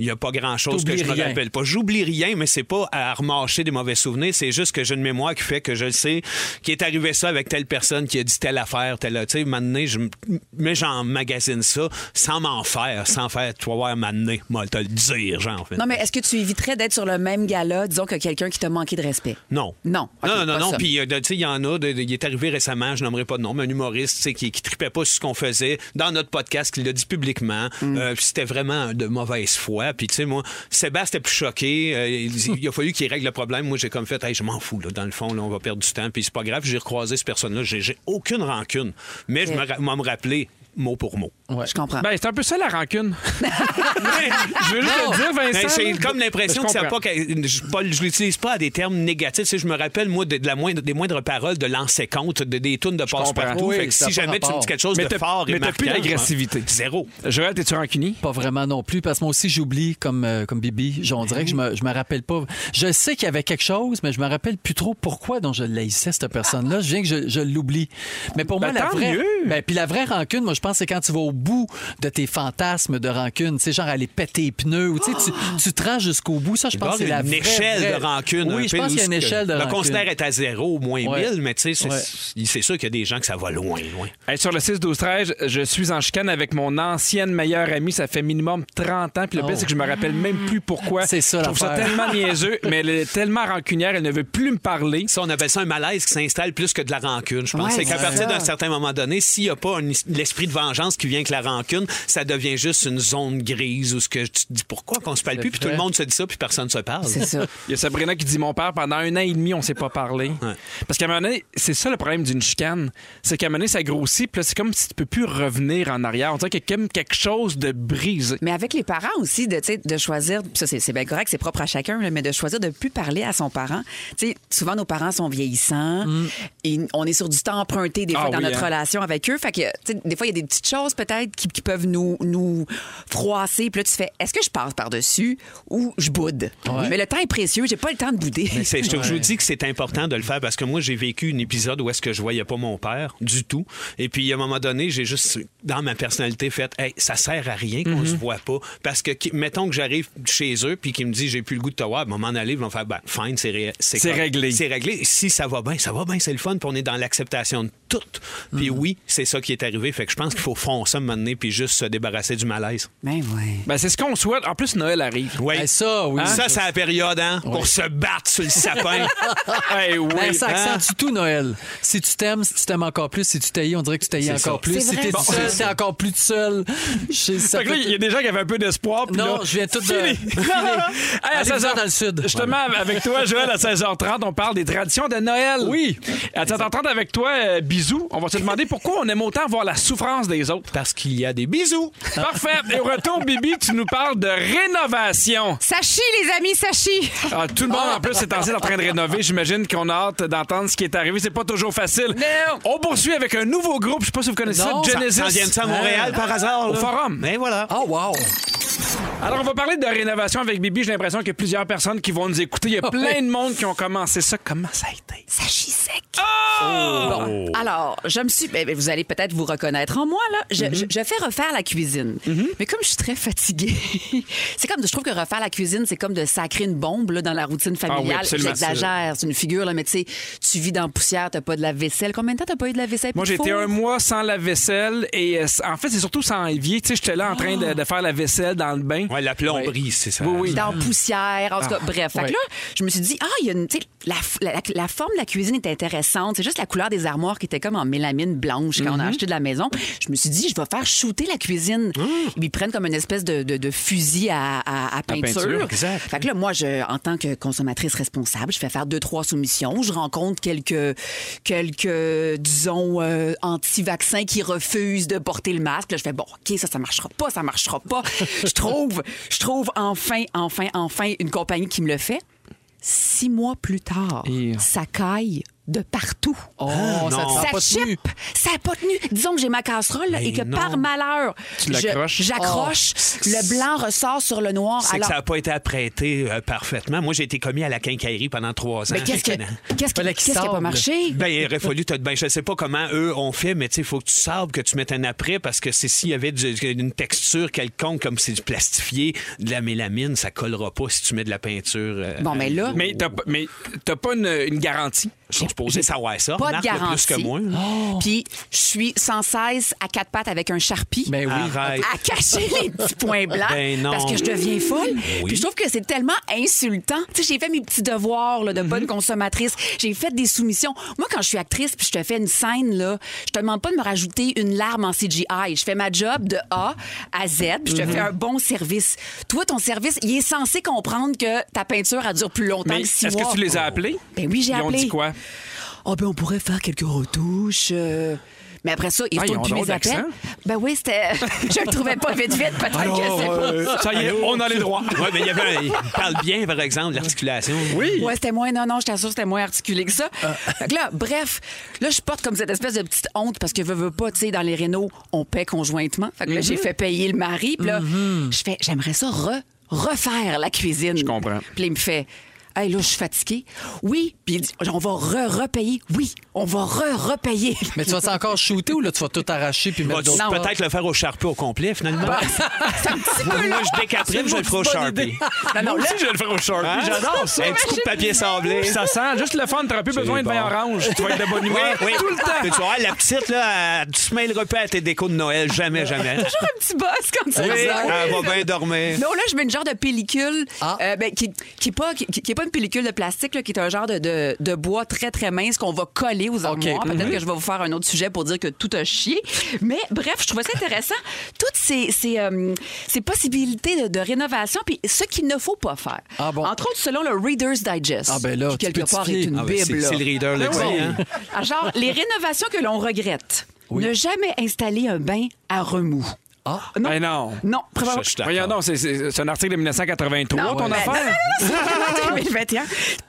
S2: Il n'y a pas grand-chose que je
S3: T'oublies
S2: me
S3: rien.
S2: rappelle pas. J'oublie rien, mais c'est pas à remarcher des mauvais souvenirs. C'est juste que j'ai une mémoire qui fait que je le sais qui est arrivé ça avec telle personne qui a dit telle affaire, telle... Tu sais, maintenant, je... m- mais j'en magasine ça sans m'en faire, sans faire, toi, voir, maintenant, moi, te le dire, genre. en fait.
S5: non, mais est-ce que tu éviterais d'être sur le même gala, disons, que quelqu'un qui t'a manqué de respect?
S2: Non.
S5: Non. OK,
S2: non, non,
S5: pas
S2: non.
S5: ça.
S2: Puis, euh, de- tu sais, il y en a, de- de- il est arrivé récemment, je nommerai pas de nom, mais un humoriste, tu sais, qui, qui tripait pas sur ce qu'on faisait dans notre podcast, qui l'a dit publiquement. Euh, puis c'était vraiment de mauvaise foi. Puis, tu sais, moi, Sébastien était plus choqué. Euh, il, il a fallu qu'il règle le problème. Moi, j'ai comme fait, hey, je m'en fous, là, dans le fond, là, on va perdre du temps. Puis, c'est pas grave, j'ai recroisé cette personne-là. J'ai j'ai aucune rancune. Mais je me ra- m'en me rappeler mot pour mot.
S5: Je comprends.
S4: Ben, c'est un peu ça la rancune. je veux juste te dire, Vincent.
S2: Ben, j'ai
S4: là,
S2: comme l'impression
S4: je
S2: que ça
S4: comprends.
S2: pas, que- je, pas- je l'utilise pas à des termes négatifs. Tu sais, je me rappelle, moi, de, de la moindre, des moindres paroles de lancer compte, de, des tunes de passe-partout.
S3: comprends.
S2: Fait
S3: Oui,
S2: que
S3: ça
S2: si
S3: a pas
S2: jamais tu me
S3: rapport.
S2: dis quelque chose
S4: Mais
S2: de
S4: t'as-
S2: fort et
S4: mais t'as plus
S2: marquant,
S4: d'agressivité.
S2: hein, Zéro.
S4: Joël, t'es-tu rancunier?
S3: Pas vraiment non plus, parce que moi aussi, j'oublie comme, euh, comme Bibi. Je- On
S2: Ben
S3: dirait que je me, je me rappelle pas. Je sais qu'il y avait quelque chose, mais je me rappelle plus trop pourquoi dont je l'haïssais, cette personne-là. Je viens que je, je l'oublie. Mais pour
S4: Ben,
S3: moi, la
S4: tant
S3: vraie.
S4: mieux.
S3: Ben, puis la vraie rancune, moi, je pense, c'est quand tu vas au bout de tes fantasmes de rancune. Tu sais, genre aller péter les pneus ou tu, sais, tu, tu te rends jusqu'au bout. Ça,
S2: Ah!
S3: je
S2: Il doit
S3: pense que c'est
S2: y
S3: la
S2: avoir une
S3: vraie,
S2: échelle
S3: vraie-
S2: de rancune. un
S3: Oui, je
S2: peu,
S3: pense qu'il y a une
S2: où ce que
S3: échelle de
S2: Le
S3: rancune.
S2: considère est à zéro au moins
S3: Ouais.
S2: 1000, mais tu sais, c'est
S3: Ouais.
S2: c'est sûr qu'il y a des gens que ça va loin, loin.
S4: Hey, sur le 6-12-13, je suis en chicane avec mon ancienne meilleure amie. Ça fait minimum 30 ans. Puis le
S3: Oh.
S4: pire, c'est que je me rappelle même plus pourquoi.
S3: C'est ça,
S4: Je trouve ça
S3: l'affaire.
S4: tellement niaiseux, mais elle est tellement rancunière, elle ne veut plus me parler.
S2: Ça, on appelle ça un malaise qui s'installe plus que de la rancune, je pense.
S5: Ouais,
S2: c'est qu'à
S5: c'est
S2: partir
S5: ça.
S2: d'un certain moment donné, s'il n'y a pas un is- l'esprit de vengeance qui vient avec la rancune, ça devient juste une zone grise où ce que tu te dis pourquoi qu'on se parle plus, puis tout
S3: vrai.
S2: le monde se dit ça, puis personne ne se parle.
S5: C'est ça.
S4: Il y a Sabrina qui dit Mon père, pendant un an et demi, on s'est pas parlé. Parce qu'à un moment donné, c'est ça le problème d'une chicane. C'est qu'à un moment donné, ça grossit. Puis là, c'est comme si tu peux plus revenir en arrière. On dirait qu'il y a comme quelque chose de brisé.
S5: Mais avec les parents aussi, de, tu sais, de choisir, ça c'est c'est bien correct, c'est propre à chacun, là, mais de choisir de plus parler à son parent. Tu sais, souvent, nos parents sont vieillissants et on est sur du temps emprunté des fois
S4: Mm. Ah
S5: dans
S4: oui,
S5: notre
S4: hein.
S5: relation avec eux. Fait que, tu sais, des fois, il y a des petites choses peut-être qui, qui peuvent nous, nous froisser. Puis là, tu fais, est-ce que je passe par-dessus ou je boude? Mais le temps est précieux, j'ai pas le temps de bouder.
S2: Mais c'est- je, te- je vous dis que c'est important de le faire parce que moi, j'ai vécu un épisode où est-ce que je voyais pas mon père du tout. Et puis, à un moment donné, j'ai juste, dans ma personnalité, fait hey, ça sert à rien qu'on se voit pas. Parce que, qui- mettons que j'arrive chez eux puis qu'ils me disent j'ai plus le goût de te voir, à un moment donné, ils vont faire ben, fine, c'est ré-
S4: C'est
S2: correct.
S4: réglé.
S2: C'est réglé. Si ça va bien, ça va bien, c'est le fun. Puis on est dans l'acceptation de tout. Puis oui, c'est ça qui est arrivé. Fait que je pense qu'il faut foncer un moment donné puis juste se débarrasser du malaise.
S5: Mais ouais.
S4: Ben, c'est ce qu'on souhaite. En plus, Noël arrive.
S2: Oui.
S3: Ben, ça, oui.
S2: Ça, c'est la période, hein, pour se battre sur le sapin.
S4: Hey, oui.
S3: Ben, ça
S4: hein?
S3: accentue tout, Noël. Si tu t'aimes, si tu t'aimes encore plus, si tu t'haïs, on dirait que tu t'haïs
S2: C'est
S3: encore
S2: ça.
S3: plus.
S5: C'est
S3: Si
S5: vrai,
S3: t'es tout
S5: ça.
S3: seul, t'es encore plus tout seul. Je- ça
S4: Fait que là,
S3: peut-
S4: il y a des gens qui avaient un peu d'espoir. puis
S3: Non,
S4: là,
S3: je viens tout de-
S4: fini.
S3: filer.
S4: Hey, à
S3: Allez-vous
S4: 16h
S3: en dans le sud.
S4: Justement, avec toi, Joël, à 16h30, on parle des traditions de Noël. Oui. À 16h30, avec toi, euh, bisous. On va se demander pourquoi on aime autant voir la souffrance des autres.
S2: Parce qu'il y a des bisous.
S4: Parfait. Et au retour, Bibi, tu nous parles de rénovation.
S5: Ça chie, les amis, ça chie!
S4: Ah, tout le monde, en plus, est en train de rénover. J'imagine qu'on a hâte d'entendre ce qui est arrivé. C'est pas toujours facile.
S5: Non.
S4: On poursuit avec un nouveau groupe. Je sais pas si vous connaissez
S3: Non.
S4: ça.
S3: Ça-
S4: Genesis.
S2: T'en viens-tu à Montréal
S5: Ah.
S2: par hasard?
S4: Au
S2: là?
S4: forum.
S2: Ben voilà.
S3: Ah, wow!
S4: Alors, on va parler de rénovation avec Bibi. J'ai l'impression qu'il y a plusieurs personnes qui vont nous écouter. Il
S3: Oh,
S4: y a plein de monde qui ont commencé ça. Comment ça a été?
S5: Ça chie sec. Bon,
S4: Oh.
S5: alors, je me suis. ben, ben, vous allez peut-être vous reconnaître en moi, là. Je,
S4: Mm-hmm.
S5: je- je fais refaire la cuisine. Mais comme je suis très fatiguée, c'est comme. Je trouve que refaire la cuisine, c'est comme de sacrer une bombe là, dans la routine familiale.
S4: Ah absolument.
S5: J'exagère, c'est une figure, là, mais tu sais, tu vis dans la poussière, t'as pas de la vaisselle. Combien de temps t'as pas eu de la vaisselle?
S4: Moi,
S5: puis
S4: j'ai
S5: de
S4: été
S5: four?
S4: un mois sans la vaisselle et euh, en fait, c'est surtout sans évier. Tu sais, j'étais là en train de, de faire la vaisselle dans le bain.
S2: Ouais, la plomberie, c'est ça.
S4: Oui, oui.
S5: dans poussière, en tout cas, bref. Fait
S4: Ah, ouais.
S5: que là, je me suis dit, ah, il y a une, tu sais, la, f- la- la- la forme de la cuisine est intéressante. C'est juste la couleur des armoires qui était comme en mélamine blanche quand on a acheté de la maison. Je me suis dit, je vais faire shooter la cuisine. Ils prennent comme une espèce de, de- de fusil à, Ah. à- à peinture.
S4: peinture,
S2: exact.
S5: Fait que là, moi, je, en tant que consommatrice responsable, je fais faire deux, trois soumissions. Je rencontre quelques, quelques disons, euh, anti-vaccins qui refusent de porter le masque. Là, je fais, bon, OK, ça, ça marchera pas, ça marchera pas. je trouve, je trouve enfin, enfin, enfin une compagnie qui me le fait. Six mois plus tard, ça caille de partout.
S3: Oh,
S2: Ah,
S3: ça
S2: non.
S3: te sent
S5: Ça
S3: pas tenu.
S5: chip, ça n'a pas tenu. Disons que j'ai ma casserole là,
S2: Mais
S5: et que
S2: non.
S5: par malheur,
S4: Tu
S5: je-
S4: l'accroches?
S5: j'accroche, le blanc ressort sur le noir.
S2: C'est que
S5: Alors,
S2: ça n'a pas été apprêté euh, parfaitement. Moi, j'ai été commis à la quincaillerie pendant trois ans.
S5: Mais ben, qu'est-ce que- qu'est-ce qui
S3: Fallait
S5: n'a
S3: qu'il
S5: pas
S3: sable.
S5: marché?
S2: Ben, il aurait fallu te. Ben, je sais pas comment eux ont fait, mais tu sais, il faut que tu sables, que tu mettes un après, parce que c'est- s'il y avait du- une texture quelconque, comme c'est du plastifié, de la mélamine, ça collera pas si tu mets de la peinture. euh,
S5: Bon, mais là-
S4: Mais t'as pas, mais t'as pas une, une garantie.
S2: Je suis supposé savoir ça.
S5: Pas de
S2: Marc, le
S5: garantie.
S2: Plus que moi. là.
S5: Puis je suis sans cesse à quatre pattes avec un charpie.
S3: Ben oui.
S2: Arrête.
S5: à cacher les petits points blancs
S2: Ben non.
S5: parce que je deviens folle.
S2: Oui.
S5: Puis je trouve que c'est tellement insultant. Tu sais, j'ai fait mes petits devoirs là, de bonne
S4: Mhm.
S5: consommatrice. J'ai fait des soumissions. Moi, quand je suis actrice puis je te fais une scène, là, je te demande pas de me rajouter une larme en CGI. Je fais ma job de A à Z puis je te
S4: Mhm.
S5: fais un bon service. Toi, ton service, il est censé comprendre que ta peinture, elle dure plus longtemps
S4: Mais
S5: que six
S4: est-ce
S5: mois.
S4: que tu les as appelés?
S5: Ben oui, j'ai
S4: Ils ont
S5: appelé.
S4: dit quoi?
S5: Ah ben on pourrait faire quelques retouches. euh. Mais après ça, ils
S4: Ah, ils
S5: retournent
S4: ont
S5: plus
S4: drôle
S5: mes appels.
S4: d'accent.
S5: Ben oui, c'était. je le trouvais pas vite vite, peut-être que c'est Ah,
S2: euh,
S5: pas.
S4: ça y est, on a les droits.
S2: Ouais, mais il y avait un- il parle bien, par exemple, de l'articulation. Oui.
S5: Ouais, c'était moins. Non, non, je t'assure, c'était moins articulé que ça. Fait que là, bref, là, je porte comme cette espèce de petite honte parce que veux, veux pas, tu sais, dans les rénaux, on paie conjointement. Fait que là, j'ai fait payer le mari. Puis là, je fais, j'aimerais ça re- refaire la cuisine. Je
S4: comprends.
S5: Puis là, il me fait. Hey, là, je suis fatiguée. Oui. Puis il dit, on va re-repayer. Oui, on va re-repayer.
S3: Mais tu vas encore shooter ou là, tu vas tout arracher puis mettre
S2: Vas-tu
S3: d'autres.
S5: Non. hein. Bah,
S2: peut-être le faire au charpie au complet, finalement? Moi, je décaperais, puis je le ferai au charpie.
S4: Moi
S5: Non, non, là, Ah,
S4: aussi, je vais le faire au Sharpie.
S2: Hein?
S4: J'adore ça.
S2: Un petit coup de papier sablé.
S4: Ça sent juste le fun. T'auras plus besoin de
S2: bon.
S4: vin orange. Tu vas être de bonne humeur tout le
S2: Tu
S4: temps.
S2: vas voir, la petite, là, elle- tu se mêles repas à tes décos de Noël. Jamais, jamais.
S5: un petit boss comme ça.
S2: Oui, elle va bien dormir.
S5: Non, là, je mets Ah, une genre de pellicule
S3: Ah.
S5: euh, ben, qui n'est pas, qui, qui est pas une pellicule de plastique, là, qui est un genre de, de, de bois très, très mince qu'on va coller aux armoires. Peut-être
S3: Mm-hmm.
S5: que je vais vous faire un autre sujet pour dire que tout a chié. Mais bref, je trouvais ça intéressant. Toutes ces, ces, euh, ces possibilités de, de rénovation, puis ce qu'il ne faut pas faire.
S3: Ah bon?
S5: Entre autres, selon le Reader's Digest,
S3: Ah ben là,
S5: qui
S3: tu peux
S5: quelque
S3: te
S5: part
S3: fier.
S5: est une
S3: Ah
S2: ben,
S5: bible.
S2: c'est-
S5: là.
S2: c'est le Reader le
S5: Ah
S2: dit,
S5: oui.
S2: hein.
S5: Ah, Genre, les rénovations que l'on regrette. Ne jamais installer un bain à remous.
S3: Ah.
S5: Non.
S4: Ben non.
S5: Non,
S2: Je-
S5: probablement.
S2: je suis d'accord.
S4: Voyons donc, c'est- c'est c'est un article de 1983,
S5: Non,
S4: ton
S5: ben,
S4: affaire?
S5: En 2021.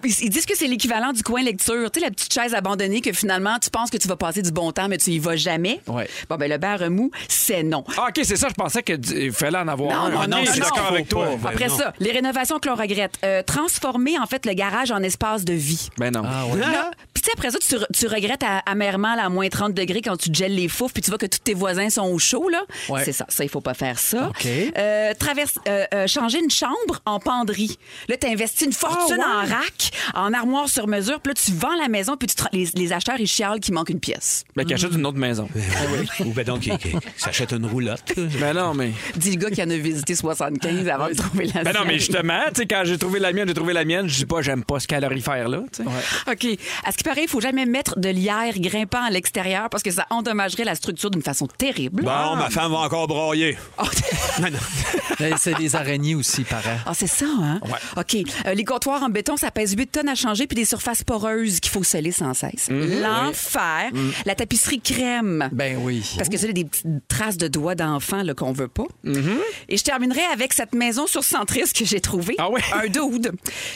S5: Ils ils disent que c'est l'équivalent du coin lecture. Tu sais, la petite chaise abandonnée que finalement, tu penses que tu vas passer du bon temps, mais tu y vas jamais.
S3: Ouais.
S5: Bon, ben, le bain à remous, c'est non.
S4: Ah, OK, c'est ça, je pensais qu'il fallait en avoir un.
S5: non,
S4: Ok,
S5: non,
S4: je suis
S5: non,
S4: d'accord
S5: faut
S4: avec toi.
S2: pas.
S5: Après
S2: non.
S5: ça, les rénovations que l'on regrette. Euh, transformer, en fait, le garage en espace de vie.
S4: Ben non.
S2: Ah,
S5: Là, Puis tu sais, après ça, tu, re- tu regrettes à- amèrement là, à moins 30 degrés quand tu gèles les foufs puis tu vois que tous tes voisins sont au chaud. là.
S3: Ouais.
S5: C'est ça, ça, il faut pas faire ça.
S3: OK.
S5: Euh, traverse, euh, euh, changer une chambre en penderie. Là, tu investis une fortune en rack, en armoire sur mesure, puis là, tu vends la maison, puis tu tra- les, les acheteurs, ils chialent qu'il manque une pièce.
S4: Ben, qu'il achète une autre maison.
S5: Ah,
S2: Ou ben donc, il, il s'achète une roulotte.
S4: Ben non, mais.
S5: Dis le gars qui en a visité 75 avant de trouver la
S4: Ben non,
S5: sienne.
S4: mais justement, tu sais, quand j'ai trouvé la mienne, j'ai trouvé la mienne, je dis pas, j'aime pas ce calorifère-là, tu sais.
S5: OK. À ce qui paraît, il faut jamais mettre de lierre grimpant à l'extérieur parce que ça endommagerait la structure d'une façon terrible. Ah.
S2: Bon, ben, ma femme va encore broyer. Non, non.
S3: Mais Ben, C'est des araignées aussi, pareil.
S5: Ah, c'est ça, hein? OK. Euh, les comptoirs en béton, ça pèse 8 tonnes à changer, puis des surfaces poreuses qu'il faut sceller sans cesse.
S4: Mhm.
S5: L'enfer. La tapisserie crème.
S3: Ben oui.
S5: Parce que ça, il y a des petites traces de doigts d'enfant là, qu'on veut pas.
S4: Mhm.
S5: Et je terminerai avec cette maison sur Centris que j'ai trouvée.
S4: Ah ouais?
S5: Un dude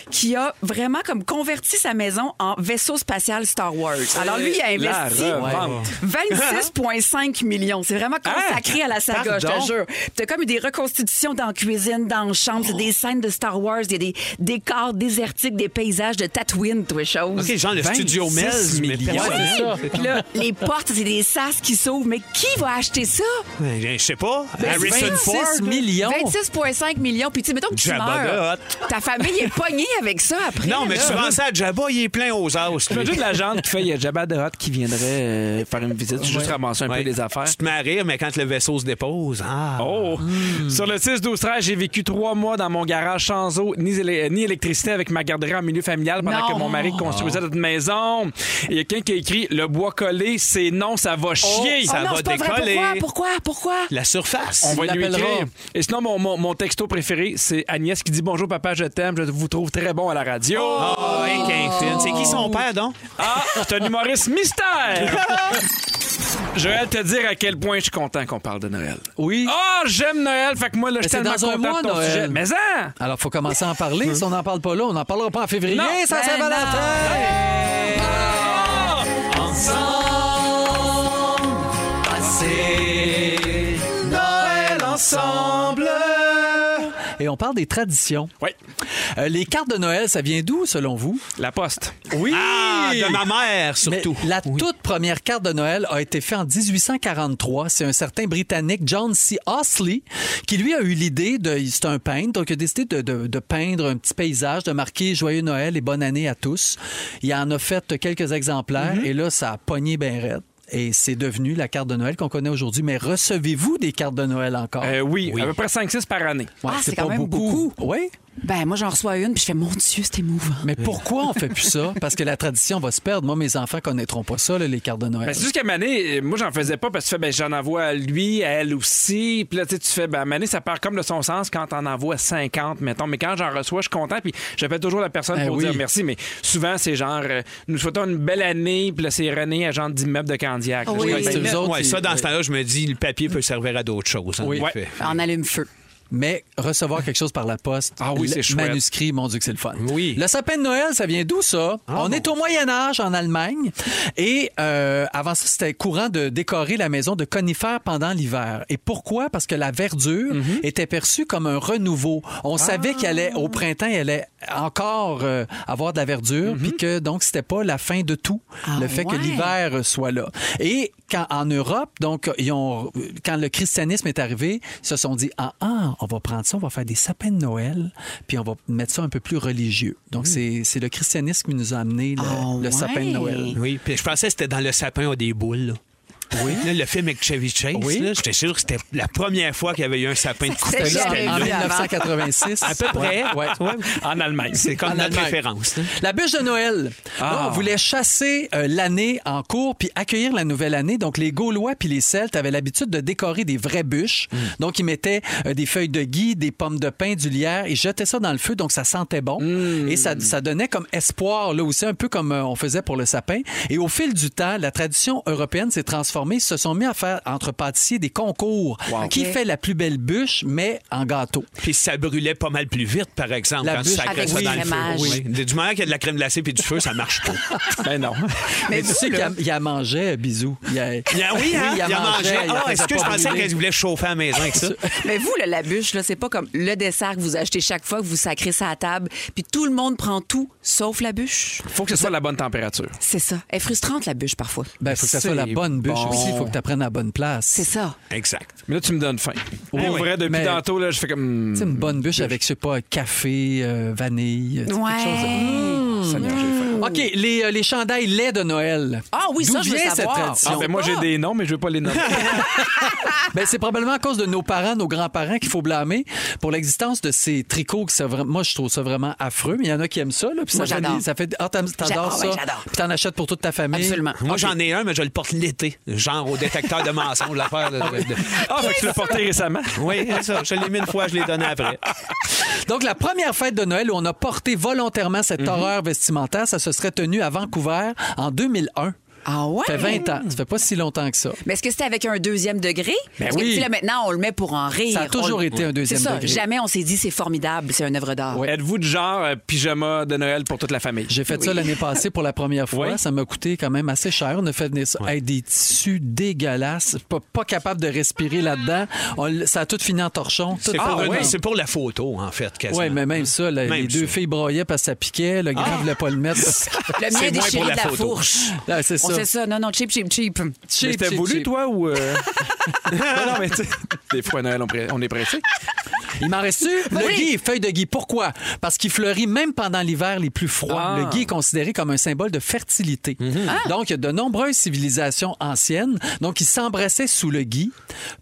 S5: qui a vraiment comme converti sa maison en vaisseau spatial Star Wars. Alors lui, il a
S4: La
S5: investi
S4: revente.
S5: 26,5 millions. C'est vraiment
S2: Ah!
S5: consacré à la saga, je
S4: Pardon?
S5: te jure. Puis T'as comme des reconstitutions dans la cuisine, dans la chambre, c'est des scènes de Star Wars, il y a des décors désertiques, des paysages de Tatooine, toutes les choses.
S2: OK, genre le studio Mills, mais
S3: millions.
S2: personnel.
S5: Puis là, les portes, c'est des sas qui s'ouvrent. Mais qui va acheter ça?
S2: Ben, Je sais pas. Harrison Ford.
S3: 26 millions.
S5: 26,5 millions. Puis, tu sais, mettons que tu
S2: Jabba
S5: meurs.
S2: the
S5: Ta famille est pognée avec ça après.
S2: Non, mais
S5: là.
S2: tu penses à Jabba, il est plein aux os. lui.
S4: Imagine la gente qui fait, il y a Jabba de Hot qui viendrait euh, faire une visite, juste ramasser un peu
S2: Ouais.
S4: les affaires.
S2: Tu te mets à rire, mais quand le vaisseau se dépose, ah.
S4: Oh! Sur le 6-12-13, j'ai vécu trois mois dans mon garage sans eau ni, éle- ni électricité avec ma garderie en milieu familial pendant
S5: Non.
S4: que mon mari construisait notre maison. Il y a quelqu'un qui a écrit Le bois collé, c'est non, ça va chier. Ah
S5: Oh
S2: ça
S5: non,
S2: va
S5: c'est pas vrai.
S2: décoller.
S5: Pourquoi? Pourquoi? Pourquoi?
S2: La surface.
S4: On
S3: Tu
S4: va lui
S3: l'appelleras.
S4: écrire. Et sinon, mon, mon, mon texto préféré, c'est Agnès qui dit Bonjour papa, je t'aime, je vous trouve très bon à la radio.
S2: Oh, hey, qu'un film. C'est qui son père, donc?
S4: Ah, c'est un humoriste mystère! Joël, te dire à quel point je suis content qu'on parle de Noël.
S3: Oui.
S4: Ah, j'aime Noël, fait que moi, là, je suis
S3: c'est
S4: tellement
S3: dans un
S4: content
S3: mois,
S4: de ton
S3: Noël.
S4: sujet. Mais hein!
S3: Alors, faut commencer à en parler. Si on n'en parle pas là, on n'en parlera pas en février.
S4: Non.
S3: ça, c'est
S5: Ben
S3: Valentin!
S6: Ensemble.
S3: Et on parle des traditions.
S4: Oui,
S3: Euh, les cartes de Noël, ça vient d'où, selon vous?
S4: la poste.
S3: Oui!
S2: Ah, de ma mère,
S3: Mais
S2: surtout.
S3: la toute première carte de Noël a été faite en 1843. C'est un certain Britannique, John C. Osley, qui lui a eu l'idée de. C'est un peintre, donc il a décidé de, de- de peindre un petit paysage, de marquer Joyeux Noël et bonne année à tous. Il en a fait quelques exemplaires
S4: Mhm.
S3: et là, ça a pogné bien raide. Et c'est devenu la carte de Noël qu'on connaît aujourd'hui. Mais recevez-vous des cartes de Noël encore?
S4: Euh, oui, à peu près 5-6 par année.
S3: Ouais,
S5: Ah, c'est quand même beaucoup.
S3: Oui,
S5: Ben, moi, j'en reçois une, puis je fais, mon Dieu, c'est émouvant.
S3: mais
S4: Euh.
S3: pourquoi on fait plus ça? Parce que la tradition va se perdre. Moi, mes enfants connaîtront pas ça, là, les cartes de Noël.
S4: Ben, c'est juste qu'à Mané, euh, moi, j'en faisais pas parce que tu fais, ben, j'en envoie à lui, à elle aussi. Puis là, tu sais, tu fais, ben, à Mané, ça perd comme de son sens quand t'en envoies 50, mettons. Mais quand j'en reçois, je suis content. Puis j'appelle toujours la personne
S3: Eh
S4: pour
S3: oui.
S4: dire merci. Mais souvent, c'est genre, euh, nous souhaitons une belle année. Puis là, c'est René, agent d'immeuble de Candiac.
S5: oui.
S4: Je suis
S3: Ah C'est
S4: comme, ben,
S3: eux autres
S2: Ouais,
S3: qui-
S2: ça, dans ce temps-là, je me dis, le papier peut servir à d'autres choses. en
S3: Oui.
S2: effet.
S4: Ouais.
S5: En allume-feu.
S3: Mais recevoir quelque chose par la poste,
S4: Ah oui, c'est
S3: le
S4: chouette.
S3: manuscrit, mon Dieu que c'est le fun.
S2: Oui.
S3: Le sapin de Noël, ça vient d'où ça?
S4: Ah
S3: On est au Moyen Âge en Allemagne et euh, avant ça, c'était courant de décorer la maison de conifères pendant l'hiver. Et pourquoi? Parce que la verdure
S4: Mhm.
S3: était perçue comme un renouveau. On savait qu'elle allait, au printemps, elle allait encore euh, avoir de la
S4: Mhm.
S3: verdure, puis que donc c'était pas la fin de tout,
S5: Ah
S3: le fait que
S5: ouais.
S3: l'hiver frères soient là. Et quand, en Europe, donc, ils ont, quand le christianisme est arrivé, ils se sont dit ah, ah, on va prendre ça, on va faire des sapins de Noël, puis on va mettre ça un peu plus religieux. Donc, c'est- c'est le christianisme qui nous a amené le,
S5: Ah
S3: le sapin de
S5: ouais.
S3: Noël.
S2: Oui, puis je pensais que c'était dans le sapin à des boules. Oui. le film avec Chevy Chase,
S3: Oui.
S2: là, j'étais sûr que c'était la première fois qu'il y avait eu un sapin de coupe.
S5: C'est
S3: Là,
S5: J'avais
S3: en
S5: vu avant.
S3: 1986.
S2: À peu près.
S3: Ouais,
S4: Ah,
S3: ouais.
S4: En Allemagne.
S2: Ben, C'est comme
S3: En
S2: notre hein. Ah.
S3: Allemagne.
S2: référence. là.
S3: La bûche de Noël. Là, on voulait chasser euh, l'année en cours puis accueillir la nouvelle année. Donc, les Gaulois puis les Celtes avaient l'habitude de décorer des vraies bûches.
S2: Hmm.
S3: Donc, ils mettaient euh, des feuilles de gui, des pommes de pin, du lierre. Ils jetaient ça dans le feu, donc ça sentait bon.
S2: Hmm.
S3: Et ça, ça donnait comme espoir, là aussi, un peu comme euh, on faisait pour le sapin. Et au fil du temps, la tradition européenne s'est transformée formés se sont mis à faire entre pâtissiers des concours. Qui fait la plus belle bûche, mais en gâteau.
S2: Puis ça brûlait pas mal plus vite, par exemple,
S3: La
S2: quand tu
S3: bûche
S2: sacrais
S5: avec
S2: ça
S5: du
S2: dans le feu.
S5: crémage.
S2: Oui. Du moment qu'il y a de la crème glacée et du feu, ça marche pas.
S4: Ben non.
S3: Mais, tu sais qu'il a, il a mangé, euh, bisous. Il a-
S2: Il y a- oui, hein?
S3: il a mangé, il
S2: Ah,
S3: faisait
S2: est-ce que je
S3: pas
S2: pensais
S3: brûler.
S2: qu'elle voulait chauffer à la maison avec ça?
S5: Mais vous, là, la bûche, là, c'est pas comme le dessert que vous achetez chaque fois que vous sacrez ça à table, puis tout le monde prend tout, sauf la bûche.
S4: Faut que ce soit la bonne température.
S5: C'est ça. Elle est frustrante, la bûche, parfois.
S3: Ben, il faut que ça soit la
S4: C'est
S3: bonne bûche
S4: bon.
S3: aussi. Il faut que tu apprennes la bonne place.
S5: C'est ça.
S2: Exact.
S4: Mais là, tu me donnes faim. Ben Pour
S3: Oui.
S4: vrai, depuis
S3: Mais-
S4: tantôt, là, je fais comme. hmm.
S3: Tu sais, une bonne bûche avec, je sais pas, café, euh, vanille. tu sais, quelque chose de-
S5: Ouais.
S4: Seigneur, j'ai faim.
S3: OK, les, euh, les chandails laits de Noël.
S5: Ah oui,
S3: D'où
S5: ça, je veux
S3: vient cette
S5: savoir.
S3: tradition?
S4: Ah, ben moi, j'ai des noms, mais je veux pas les nommer.
S3: Ben, c'est probablement à cause de nos parents, nos grands-parents qu'il faut blâmer pour l'existence de ces tricots qui sont vraiment... Moi, je trouve ça vraiment affreux, mais il y en a qui aiment ça. Là, puis
S5: Moi,
S3: ça, fait
S5: j'adore.
S3: des- ça fait... Ah, t'aimes- t'adores
S5: J'adore,
S3: ça?
S5: ouais, j'adore.
S3: Puis t'en achètes pour toute ta famille?
S5: Absolument.
S2: Moi, j'en ai un, mais je le porte l'été. Genre au détecteur de mensonges, l'affaire. de- de-
S4: Ah, fait que tu l'as porté récemment.
S2: Oui, c'est ça. Je l'ai mis une fois, je l'ai donné après.
S3: Ah, Donc, la première fête de Noël où on a porté volontairement
S2: Mhm.
S3: cette horreur vestimentaire, ça se serait tenu à Vancouver en 2001.
S5: Ah ouais?
S3: Ça fait 20 ans. Ça fait pas si longtemps que ça.
S5: Mais est-ce que c'était avec un deuxième degré?
S3: Ben
S5: Parce
S3: oui.
S5: que tu sais, là, maintenant, on le met pour en rire.
S3: Ça a toujours
S5: On-
S3: été un deuxième
S5: C'est ça.
S3: degré.
S5: Jamais on s'est dit c'est formidable, c'est une œuvre d'art.
S4: Êtes-vous du genre euh, pyjama de Noël pour toute la famille?
S3: J'ai fait ça l'année passée pour la première fois.
S4: Oui.
S3: Ça m'a coûté quand même assez cher. On a fait venir ça. Hey, des tissus dégueulasses. Pas, pas capable de respirer là-dedans. On l- ça a tout fini en torchon. Tout
S2: C'est pour,
S3: Ah,
S2: une-
S3: ouais.
S2: c'est pour la photo, en fait, quasiment.
S3: Ouais, mais même ça, la-
S2: Même
S3: les deux
S2: ça. Ah!
S3: filles broyaient parce que ça piquait. Le gars ne voulait pas le mettre.
S5: Le mien
S2: C'est
S5: est
S2: moins
S5: déchiré
S2: pour
S5: de
S2: la
S5: la
S2: photo.
S5: fourche.
S3: Là, c'est
S5: On
S3: ça.
S5: fait ça. Non, non, cheap, cheap, cheep.
S3: Cheap,
S4: Mais C'était
S3: cheap,
S4: voulu,
S3: cheap.
S4: toi, ou. euh? non, non, mais tu sais, des fois, à Noël, on, pré- on est pressé.
S3: Il m'en reste-tu? Le gui, feuille de gui. Pourquoi? Parce qu'il fleurit même pendant l'hiver les plus froids.
S4: Ah.
S3: Le gui est considéré comme un symbole de fertilité.
S5: Mhm. Ah.
S3: Donc, il y a de nombreuses civilisations anciennes donc, qui s'embrassaient sous le gui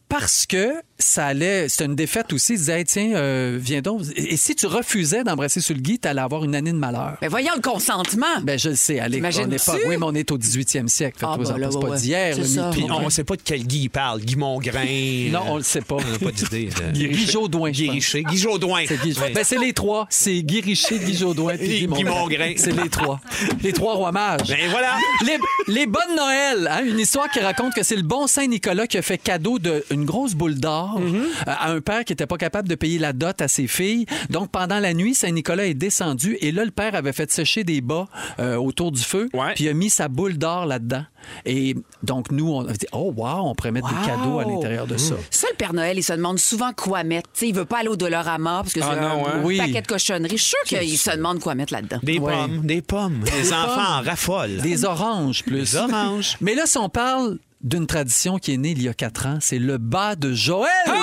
S3: parce que ça allait... C'était une défaite aussi. Ils disaient, Hey, tiens, euh, viens donc. Et si tu refusais d'embrasser sous le gui, tu allais avoir une année de malheur.
S5: Mais voyons le consentement.
S3: Ben, je le sais, allez, on n'est pas,
S5: T'imagines-tu?
S3: oui, mais on est au 18e siècle. Fait que
S5: Ah,
S3: toi,
S5: bah,
S3: on
S5: là,
S3: pense
S5: ouais,
S3: pas
S5: ouais.
S3: d'hier, le
S5: C'est ça.
S3: mytho.
S2: Puis on ne sait pas de quel Guy il parle. Guy Mongrain. euh,
S3: Non, on le sait pas.
S2: On n'a pas d'idée. de-
S3: Guy Jodoin, je
S2: Guy
S3: pense.
S2: Richer. Guy Jodoin.
S3: C'est Guy-
S2: Ouais.
S3: Ben, c'est les trois. C'est Guy Richer, Guy Jodoin puis
S2: Et
S3: Guy
S2: Guy
S3: Mongrain.
S2: Mongrain.
S3: C'est les trois. Les trois rois mages.
S2: Ben voilà.
S3: Les, les bonnes Noël, hein, une histoire qui raconte que c'est le bon Saint Nicolas qui a fait cadeau d'une grosse boule d'or
S2: Mhm.
S3: euh, à un père qui n'était pas capable de payer la dot à ses filles. Donc pendant la nuit, Saint Nicolas est descendu et là le père avait fait sécher des bas euh, autour du feu,
S4: Ouais.
S3: puis il a mis sa boule d'or là-dedans. Et donc nous on a dit oh wow, on pourrait mettre des
S5: Wow.
S3: cadeaux à l'intérieur de ça.
S5: Ça, le Père Noël, il se demande souvent quoi mettre. Tu sais, il veut pas aller au Dolorama parce que c'est
S4: Ah
S5: un
S4: non, hein?
S3: Oui.
S5: paquet de cochonneries. Je suis sûr qu'il se demande quoi mettre là-dedans.
S2: Des
S3: Ouais.
S2: pommes. Des pommes. Les enfants en raffolent.
S3: Des oranges plus.
S2: Des oranges.
S3: Mais là, si on parle d'une tradition qui est née il y a quatre ans, c'est le bas de Joël.
S4: Ah!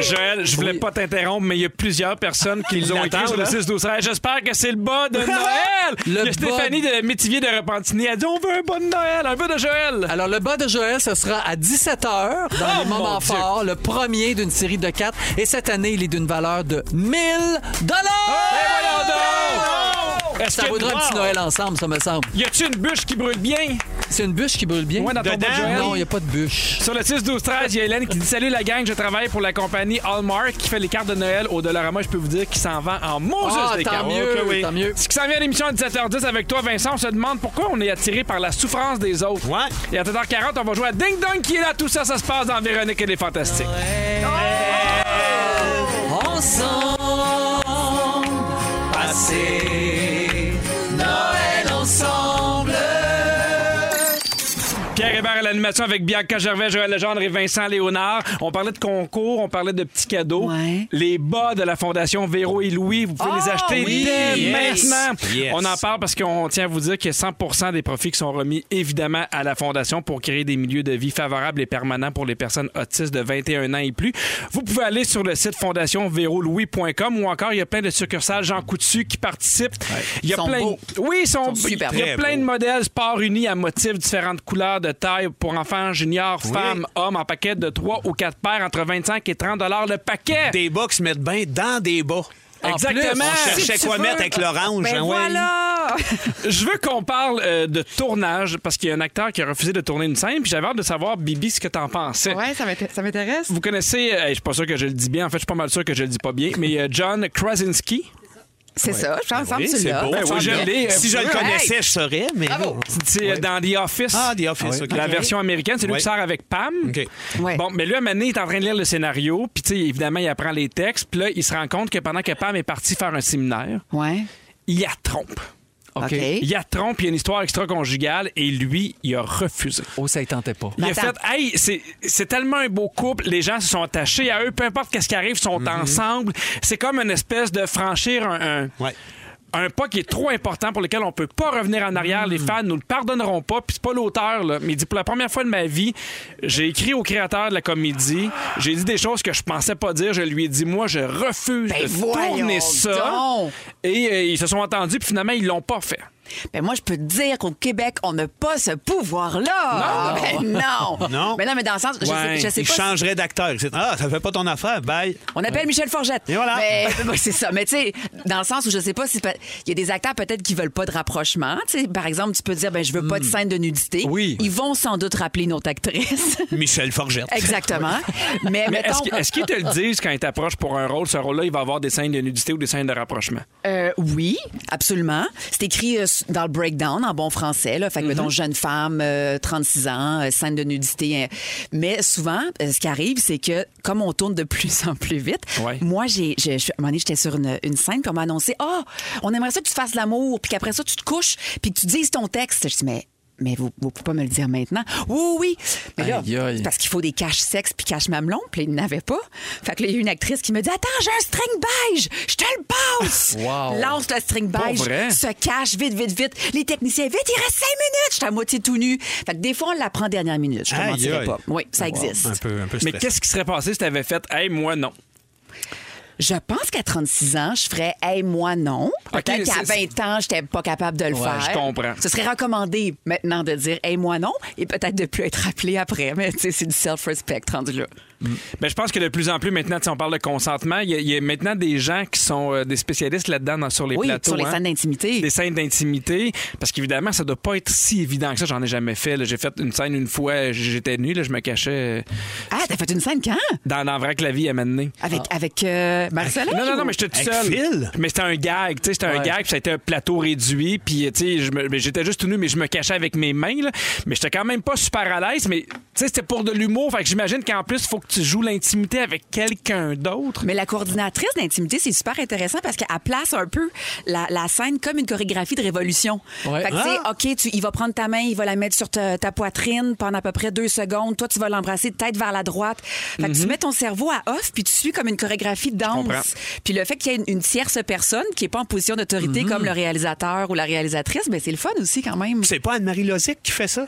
S4: Joël, je voulais
S3: Oui.
S4: pas t'interrompre, mais il y a plusieurs personnes qui nous ont écrit sur le 6 12 13. J'espère que c'est le bas de Noël.
S3: Le
S4: il y a
S3: bas-
S4: Stéphanie de Métivier de Repentigny. Elle dit on veut un bas de Noël, un bas de Joël.
S3: Alors, le bas de Joël, ce sera à 17h dans
S4: Oh,
S3: les
S4: mon
S3: moments
S4: Dieu.
S3: forts, le premier d'une série de quatre. Et cette année, il est d'une valeur de 1000
S4: Ben voyons donc! Est-ce
S3: Ah! Ça
S4: qu'il y a
S3: vaudra
S4: une-
S3: un petit Noël ensemble, ça me semble.
S4: Y a-tu une bûche qui brûle bien?
S3: C'est une bûche qui brûle bien.
S4: Ouais, dans ton bas de
S2: Dedans,
S4: Joël?
S3: Non, il n'y a pas de bûche.
S4: Sur le 6 12 13, il y a Hélène qui dit salut la gang, je travaille pour la compagnie Hallmark qui fait les cartes de Noël au Dollarama, je peux vous dire qu'il s'en vend en Moses
S3: Ah,
S4: des
S3: tant
S4: cartes.
S3: mieux,
S4: Oh, que
S3: tant mieux.
S4: Ce qui s'en vient à l'émission à 17h10 avec toi Vincent, on se demande pourquoi on est attiré par la souffrance des autres.
S2: Ouais.
S4: Et à 7h40, on va jouer à Ding Dong qui est là, tout ça ça se passe dans Véronique et les fantastiques.
S3: Ensemble, passer Noël ensemble.
S4: Pierre Hébert à l'animation avec Bianca Gervais, Joël Legendre et Vincent Léonard. On parlait de concours, on parlait de petits cadeaux.
S5: Ouais. Ah
S4: Les bas de la Fondation Véro et Louis, vous pouvez les acheter
S2: oui!
S4: dès
S2: Yes!
S4: maintenant.
S2: Yes.
S4: On en parle parce qu'on tient à vous dire que 100 des profits qui sont remis évidemment à la Fondation pour créer des milieux de vie favorables et permanents pour les personnes autistes de 21 ans et plus. Vous pouvez aller sur le site fondationvérolouis.com ou encore il y a plein de succursales Jean Coutu qui participent. Il y a
S5: Ils sont
S4: plein
S5: beaux.
S4: Oui, ils sont,
S5: Ils sont super
S4: il y a
S2: beaux.
S4: plein de modèles sport unis à motifs différentes couleurs de taille pour enfants, juniors, femmes, hommes en paquet de 3 ou 4 paires entre 25 et 30 dollars le paquet.
S2: Des bas qui se mettent bien dans des bas.
S4: Exactement.
S2: On
S4: Ah, Si
S2: cherchait
S4: tu
S2: quoi
S4: veux.
S2: mettre avec l'orange.
S5: Ben
S2: hein, ouais.
S5: voilà!
S4: Je veux qu'on parle euh, de tournage parce qu'il y a un acteur qui a refusé de tourner une scène, puis j'avais hâte de savoir, Bibi, ce que t'en pensais.
S7: Ouais, ça m'inté- ça m'intéresse.
S4: Vous connaissez, euh, je suis pas sûr que je le dis bien, en fait, je suis pas mal sûr que je le dis pas bien, mais euh, John Krasinski.
S5: C'est ça, je pense que tu
S2: c'est
S5: l'as.
S2: beau.
S4: Ben oui, je l'ai, euh,
S2: si je le
S5: Right.
S2: connaissais, je saurais, mais.
S4: C'est euh, dans The Office.
S2: Ah, The Office, ok.
S4: La
S2: Ok.
S4: version américaine, c'est lui
S2: Ouais.
S4: qui sort avec Pam.
S2: OK.
S5: Ouais.
S4: Bon, mais là, Mané est en train de lire le scénario, puis tu sais, évidemment, il apprend les textes, puis là, il se rend compte que pendant que Pam est partie faire un séminaire,
S5: Ouais.
S4: il la trompe.
S5: OK.
S4: Il la trompe, il y a une histoire extra-conjugale, et lui, il a refusé.
S3: Oh, ça ne tentait pas.
S4: Il a
S5: attends.
S4: fait, hey, c'est- c'est tellement un beau couple, les gens se sont attachés à eux, peu importe qu'est-ce qui arrive, ils
S2: Mhm.
S4: sont ensemble. C'est comme une espèce de franchir un, un-
S2: Ouais.
S4: un pas qui est trop important pour lequel on peut pas revenir en arrière.
S5: Hmm.
S4: Les fans nous le pardonneront pas. Puis c'est pas l'auteur, là. Mais il dit pour la première fois de ma vie, j'ai écrit au créateur de la comédie. J'ai dit des choses que je pensais pas dire. Je lui ai dit, moi, je refuse
S5: Ben
S4: de
S5: voyons
S4: tourner ça.
S5: donc.
S4: Et euh, ils se sont entendus. Puis finalement, ils l'ont pas fait.
S5: Ben moi, je peux te dire qu'au Québec, on n'a pas ce pouvoir-là.
S4: Non.
S5: Ben non.
S2: Non.
S5: Mais non, mais dans le sens, je
S4: Ouais.
S5: sais, je sais
S2: Il
S5: Ben, pas. si-
S2: changerait d'acteur. C'est- Ah, ça fait pas ton affaire, bye.
S5: On appelle Michel Forgette.
S2: Et voilà.
S5: Mais- ben, c'est ça. Mais tu sais, dans le sens où je sais pas si pa- il y a des acteurs peut-être qui veulent pas de rapprochement. Tu sais, par exemple, tu peux dire ben je veux pas de scène de nudité.
S3: Oui.
S5: Ils vont sans doute rappeler notre actrice.
S2: Michel Forgette.
S5: Exactement. Mais,
S4: Mais
S5: Eh, mettons,
S4: est-ce que- est-ce qu'ils te le disent quand ils t'approchent pour un rôle? Ce rôle-là, il va avoir des scènes de nudité ou des scènes de rapprochement.
S5: Euh, oui, absolument. C'est écrit euh, s- dans le breakdown en bon français. Là. Fait que, mettons, jeune femme, euh, 36 ans, euh, scène de nudité. hein. Mais souvent, euh, ce qui arrive, c'est que comme on tourne de plus en plus vite,
S4: Ouais.
S5: moi, j'ai, je- je- à un moment donné, j'étais sur une, une scène, puis on m'a annoncé Ah, on aimerait ça que tu fasses l'amour, puis qu'après ça, tu te couches, puis que tu dises ton texte. Je dis Mais. Mais vous ne pouvez pas me le dire maintenant. Oui, oui, oui. Mais là,
S3: Aïe, aïe.
S5: c'est parce qu'il faut des caches sexes puis caches mamelon, puis là, il n'avait pas. Fait que là, il y a une actrice qui me dit Attends, j'ai un string beige, je te le passe.
S3: Wow.
S5: Lance le string beige,
S4: Pas vrai.
S5: se cache vite, vite, vite. Les techniciens, vite, il reste cinq minutes. Je suis à moitié tout nu. Fait que des fois, on l'apprend dernière minute. Je ne
S2: Aïe,
S5: mentirais
S2: aïe.
S5: pas. Oui, ça existe.
S2: Un peu, un peu
S4: Mais
S2: stressé.
S4: qu'est-ce qui serait passé si t'avais fait, hey, moi, non?
S5: Je pense qu'à 36 ans, je ferais Hey, moi, non.
S4: Ok,
S5: Peut-être qu'à
S4: c'est-
S5: 20 ans, je n'étais pas capable de le
S4: Ouais,
S5: faire.
S4: je comprends.
S5: Ce serait recommandé maintenant de dire Hey, moi, non et peut-être de plus être appelé après. Mais tu sais, c'est du self-respect rendu là.
S4: Ben, je pense que de plus en plus maintenant, si on parle de consentement, il y, a- il y a maintenant des gens qui sont euh, des spécialistes là-dedans dans- sur les
S5: Oui,
S4: plateaux.
S5: sur les
S4: hein.
S5: scènes d'intimité.
S4: Des scènes d'intimité, parce qu'évidemment, ça doit pas être si évident que ça. J'en ai jamais fait. là. J'ai fait une scène une fois, j'étais nu, là, je me cachais euh,
S5: Ah, t'as fait une scène quand?
S4: dans, dans Vrac la vie à Mané.
S5: Avec, avec euh, Marcelin?
S4: Ah. Non, non, non,
S5: ou-
S4: mais j'étais tout
S2: Avec
S4: seul.
S2: Phil?
S4: Mais c'était un gag, tu sais, c'était un
S3: Ouais.
S4: gag, puis ça a été un plateau réduit, puis euh, tu sais, je me- mais j'étais juste tout nu, mais je me cachais avec mes mains, là. Mais j'étais quand même pas super à l'aise, mais tu sais, c'était pour de l'humour, fait que j'imagine qu'en plus, il faut que tu joues l'intimité avec quelqu'un d'autre.
S5: Mais la coordinatrice d'intimité, c'est super intéressant parce qu'elle place un peu la, la scène comme une chorégraphie de révolution.
S3: Ouais.
S5: Fait que,
S4: Ah.
S5: tu sais, OK, tu, il va prendre ta main, il va la mettre sur ta, ta poitrine pendant à peu près deux secondes. Toi, tu vas l'embrasser de tête vers la droite. Fait que tu mets ton cerveau à off puis tu suis comme une chorégraphie de
S4: Mhm. comprends.
S5: danse. Puis le fait qu'il y ait une, une tierce personne qui n'est pas en position
S4: Mhm.
S5: d'autorité comme le réalisateur ou la réalisatrice, ben c'est le fun aussi quand même.
S2: C'est pas Anne-Marie Lozic qui fait ça?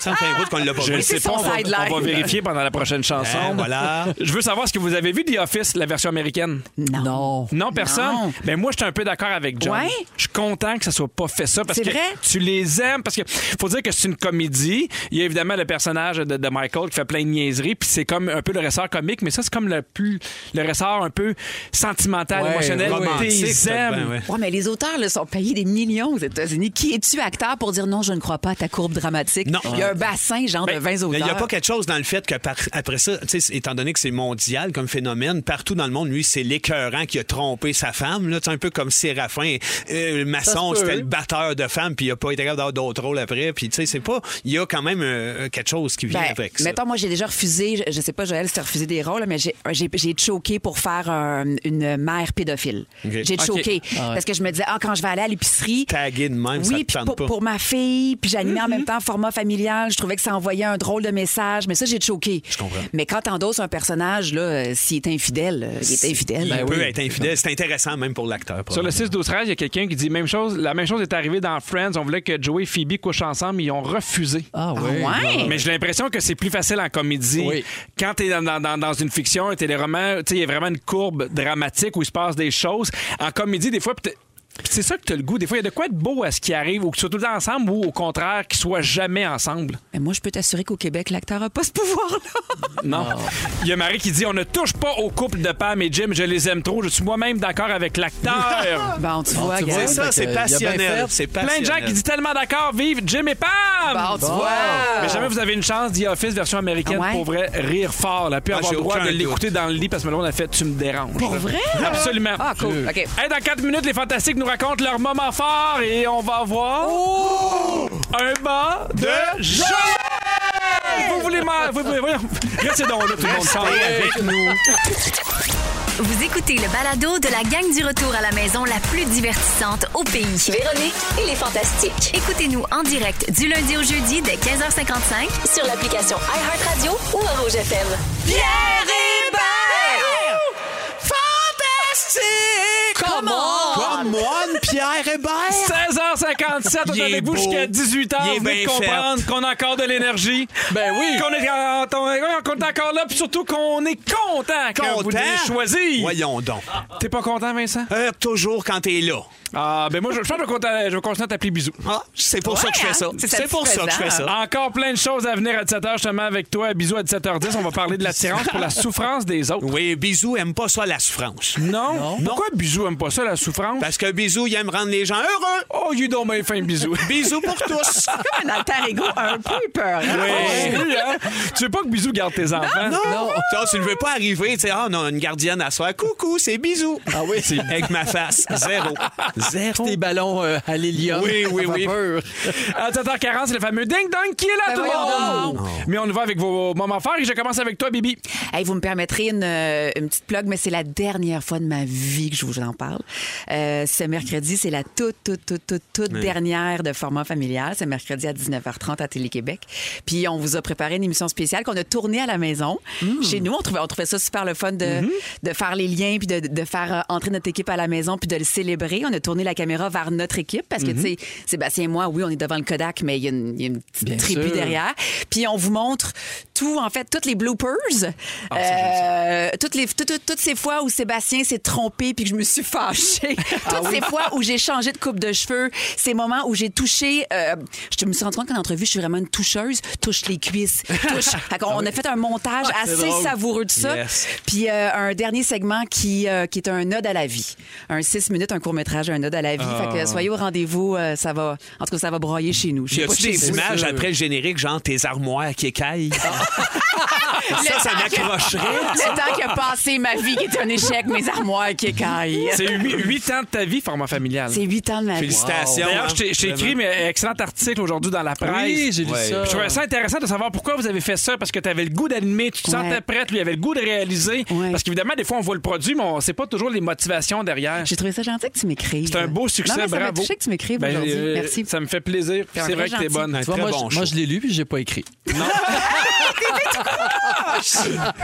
S2: ça me fait un bout qu'on l'a pas vu.
S4: le
S5: c'est
S4: on
S5: son
S4: va,
S5: sideline.
S4: on va vérifier pendant la prochaine chanson.
S2: Ben, voilà.
S4: Je veux savoir ce que vous avez vu The Office, la version américaine.
S3: Non.
S4: Non, personne.
S5: Non.
S4: Ben moi, je suis un peu d'accord avec John.
S5: Ouais.
S4: Je suis content que ça soit pas fait ça parce
S5: C'est
S4: que
S5: vrai?
S4: tu les aimes parce que faut dire que c'est une comédie. Il y a évidemment le personnage de, de Michael qui fait plein de niaiseries puis c'est comme un peu le ressort comique, mais ça c'est comme le plus le ressort un peu sentimental,
S3: Ouais,
S4: émotionnel.
S3: ouais.
S4: Tu les
S2: Romantique,
S4: aimes.
S2: ben ouais.
S5: Ouais, mais les auteurs là, sont payés des millions aux États-Unis. Qui es-tu, acteur, pour dire non, je ne crois pas à ta courbe dramatique?
S2: Non.
S5: Il y a un bassin, genre,
S2: Ben,
S5: de 20 Euh, auteurs.
S2: mais Il n'y a pas quelque chose dans le fait que par- après ça, tu sais, étant donné que c'est mondial comme phénomène, partout dans le monde, lui, c'est l'écœurant qui a trompé sa femme. Là, Tu sais, un peu comme Séraphin. Euh, Masson,
S3: se peut.
S2: c'était le batteur de femmes, puis il n'a pas été capable d'avoir d'autres rôles après. Puis tu sais, c'est pas. Il y a quand même euh, quelque chose qui vient
S5: Ben,
S2: avec ça.
S5: mettons, moi, j'ai déjà refusé, je, je sais pas, Joël, si t'as refusé des rôles, mais j'ai- j'ai j'ai choqué pour faire un- une mère pédophile.
S2: Ok.
S5: J'ai
S4: Ok.
S5: choqué. Parce que je me disais, ah, quand je vais aller à l'épicerie.
S2: Taguer de même, ça te
S5: oui, puis
S2: tente
S5: pour,
S2: pas. Mhm.
S5: pour ma fille, puis j'animais en même temps format familial. Je trouvais que ça envoyait un drôle de message, mais ça, j'ai choqué. Je
S2: comprends.
S5: Mais quand t'endosses un personnage, là, euh, s'il est infidèle, euh, il est infidèle.
S2: Il
S5: Ben
S2: peut
S5: oui.
S2: être infidèle. C'est intéressant même pour l'acteur.
S4: Sur le 6 12 13, il y a quelqu'un qui dit même chose, la même chose est arrivée dans Friends, on voulait que Joey et Phoebe couchent ensemble, ils ont refusé.
S3: Ah
S5: Ah
S3: oui.
S5: ouais?
S4: Mais j'ai l'impression que c'est plus facile en comédie.
S3: Oui.
S4: Quand t'es dans, dans- dans- dans une fiction, un téléroman, tu sais, il y a vraiment une courbe dramatique où il se passe des choses. En comédie, des fois, peut-être- Puis c'est ça que t'as le goût. Des fois, il y a de quoi être beau à ce qui arrive, ou qu'ils soient tout le temps ensemble, ou au contraire, qu'ils soient jamais ensemble.
S5: Mais moi, je peux t'assurer qu'au Québec, l'acteur n'a pas ce pouvoir-là.
S4: Non. Il y a Marie qui dit on ne touche pas au couple de Pam et Jim, je les aime trop. Je suis moi-même d'accord avec l'acteur.
S5: Bon, tu vois,
S3: tu vois,
S5: Gaël.
S3: c'est
S2: ça,
S3: Fait que,
S2: c'est
S3: il a bien
S2: passionnel.
S3: fait.
S2: C'est
S4: Plein de gens qui
S2: passionnel.
S4: disent tellement d'accord, vive Jim et Pam!
S5: Bon, tu vois.
S4: Mais jamais vous avez une chance, The Office version américaine,
S5: Ah ouais?
S4: pour vrai, rire fort. Là, puis
S2: Ah,
S4: avoir
S2: j'ai
S4: le droit
S2: aucun
S4: de
S2: doute.
S4: l'écouter dans le lit parce que là, on a fait Tu me déranges.
S5: Pour vrai?
S4: Absolument.
S5: Ah, cool. OK.
S4: Hey, dans 4 minutes, les Fantastiques nous racontent leur moment fort et on va voir.
S5: Oh!
S4: Un bas de Joël! Vous voulez. ma- Vous pouvez. Voyons. Restez donc là, tout le monde. s'en va.
S1: Vous écoutez le balado de la gang du retour à la maison la plus divertissante au pays.
S8: Véronique et les Fantastiques.
S1: Écoutez-nous en direct du lundi au jeudi dès 15h55
S8: Sur l'application iHeartRadio ou à Rouge FM.
S5: Eh, Come on!
S2: Come on, Pierre Hébert!
S4: 16h57, on
S2: Il
S4: est
S2: est
S4: avec vous
S2: beau.
S4: jusqu'à 18h.
S2: Il est
S4: Vous venez
S2: bien
S4: de comprendre
S2: fait.
S4: qu'on a encore de l'énergie.
S3: Ben oui.
S4: Qu'on est, en- en- qu'on est encore là, puis surtout qu'on est content que vous
S2: Content?
S4: l'ayez choisi.
S2: Voyons donc.
S4: T'es pas content, Vincent?
S2: Euh, toujours quand t'es là.
S4: Ah, ben moi, je, je pense que je vais content- je vais continuer à t'appeler bisous.
S2: Ah, c'est pour ça que je
S5: hein?
S2: fais ça.
S5: C'est
S2: C'est pour ça que je fais ça.
S4: Encore plein de choses à venir à 17h, justement, avec toi. Bisous à 17h10. On va parler de l'attirance pour la souffrance des autres.
S2: Oui, Bisou aime pas ça, la souffrance.
S4: Non? Pourquoi Bisous aime pas ça, la souffrance?
S2: Parce que Bisou, il aime rendre les gens heureux.
S4: Oh, you don't make fin bisous.
S2: Bisous pour tous.
S5: Un alter ego un peu peur.
S4: Oui. hein? Tu veux pas que Bisous garde tes enfants?
S2: Non. Ça, Oh, tu ne veux pas arriver, tu sais, ah, on a une gardienne à soir. Coucou, c'est Bisou. Ah oui. Avec ma face. Zéro. Zéro.
S3: Tes ballons euh, à l'hélium.
S2: Oui, oui,
S3: Ça fait
S2: oui.
S3: peur.
S4: À 7h40, c'est le fameux Ding Dong qui est là,
S5: Ben
S4: tout le
S5: voyons
S4: monde! Mais on y va avec vos moments forts et je commence avec toi, Bibi.
S5: Hey, vous me permettrez une, euh, une petite plug, mais c'est la dernière fois de ma vie que je vous en parle. Euh, ce mercredi, c'est la toute, toute, toute, toute, toute dernière de format familial. C'est mercredi à 19h30 à Télé-Québec. Puis on vous a préparé une émission spéciale qu'on a tournée à la maison. Chez nous, on trouvait, on trouvait ça super le fun de, de faire les liens, puis de, de faire euh, entrer notre équipe à la maison, puis de le célébrer. On a tourné la caméra vers notre équipe parce que, tu sais, Sébastien et moi, oui, on est devant le Kodak, mais il y a une, il y a une petite
S3: Mm-hmm. Bien
S5: tribu
S3: sûr.
S5: derrière hier. Puis on vous montre tout, en fait, toutes les bloopers.
S3: Ah,
S5: Euh, toutes, les, tout- tout- toutes ces fois où Sébastien s'est trompé puis que je me suis fâchée.
S3: Ah
S5: toutes ces fois où j'ai changé de coupe de cheveux. Ces moments où j'ai touché. euh, je me suis rendu compte qu'en entrevue, je suis vraiment une toucheuse. Touche les cuisses. Touche. Fait
S3: Ah
S5: qu'on- on a fait un montage assez savoureux de ça.
S2: Yes.
S5: Puis euh, un dernier segment qui, euh, qui est un ode à la vie. Un six minutes, un court-métrage, un ode à la vie. Fait
S4: Ah.
S5: que soyez au rendez-vous. euh, ça va. En tout cas, ça va broyer chez nous. Je
S2: Y
S5: sais pas
S2: a-tu
S5: chez
S2: des
S5: vous.
S2: images après le générique, genre tes armoires qui écaillent?
S4: Ah,
S2: ça, ça m'accrocherait.
S5: Le temps qui a passé ma vie qui est un échec, mes armoires qui écaillent.
S4: C'est 8 ans de ta vie, format familial.
S5: C'est huit ans de ma vie.
S2: Félicitations. hein.
S4: D'ailleurs, je t'ai- je t'ai écrit, mais excellent article aujourd'hui dans la presse.
S3: Oui, j'ai lu
S2: Ouais.
S3: ça.
S4: Je trouvais ça intéressant de savoir pourquoi vous avez fait ça, parce que tu avais le goût d'animer, tu te
S5: Ouais.
S4: sentais prête, lui il avait le goût de réaliser.
S5: Ouais.
S4: Parce qu'évidemment, des fois, on voit le produit, mais on sait pas toujours les motivations derrière.
S5: J'ai trouvé ça gentil que tu m'écrives.
S4: C'est un beau succès,
S5: non, mais ça m'a
S4: bravo.
S5: touché que tu m'écrives
S4: Ben,
S5: aujourd'hui.
S4: euh,
S5: Merci.
S4: Ça me fait plaisir.
S5: un
S4: C'est vrai
S5: vrai
S4: que t'es
S5: gentil.
S4: bonne.
S2: Un
S3: Tu vois,
S2: très
S3: moi,
S2: bon
S3: je, moi, je l'ai lu puis j'ai pas écrit.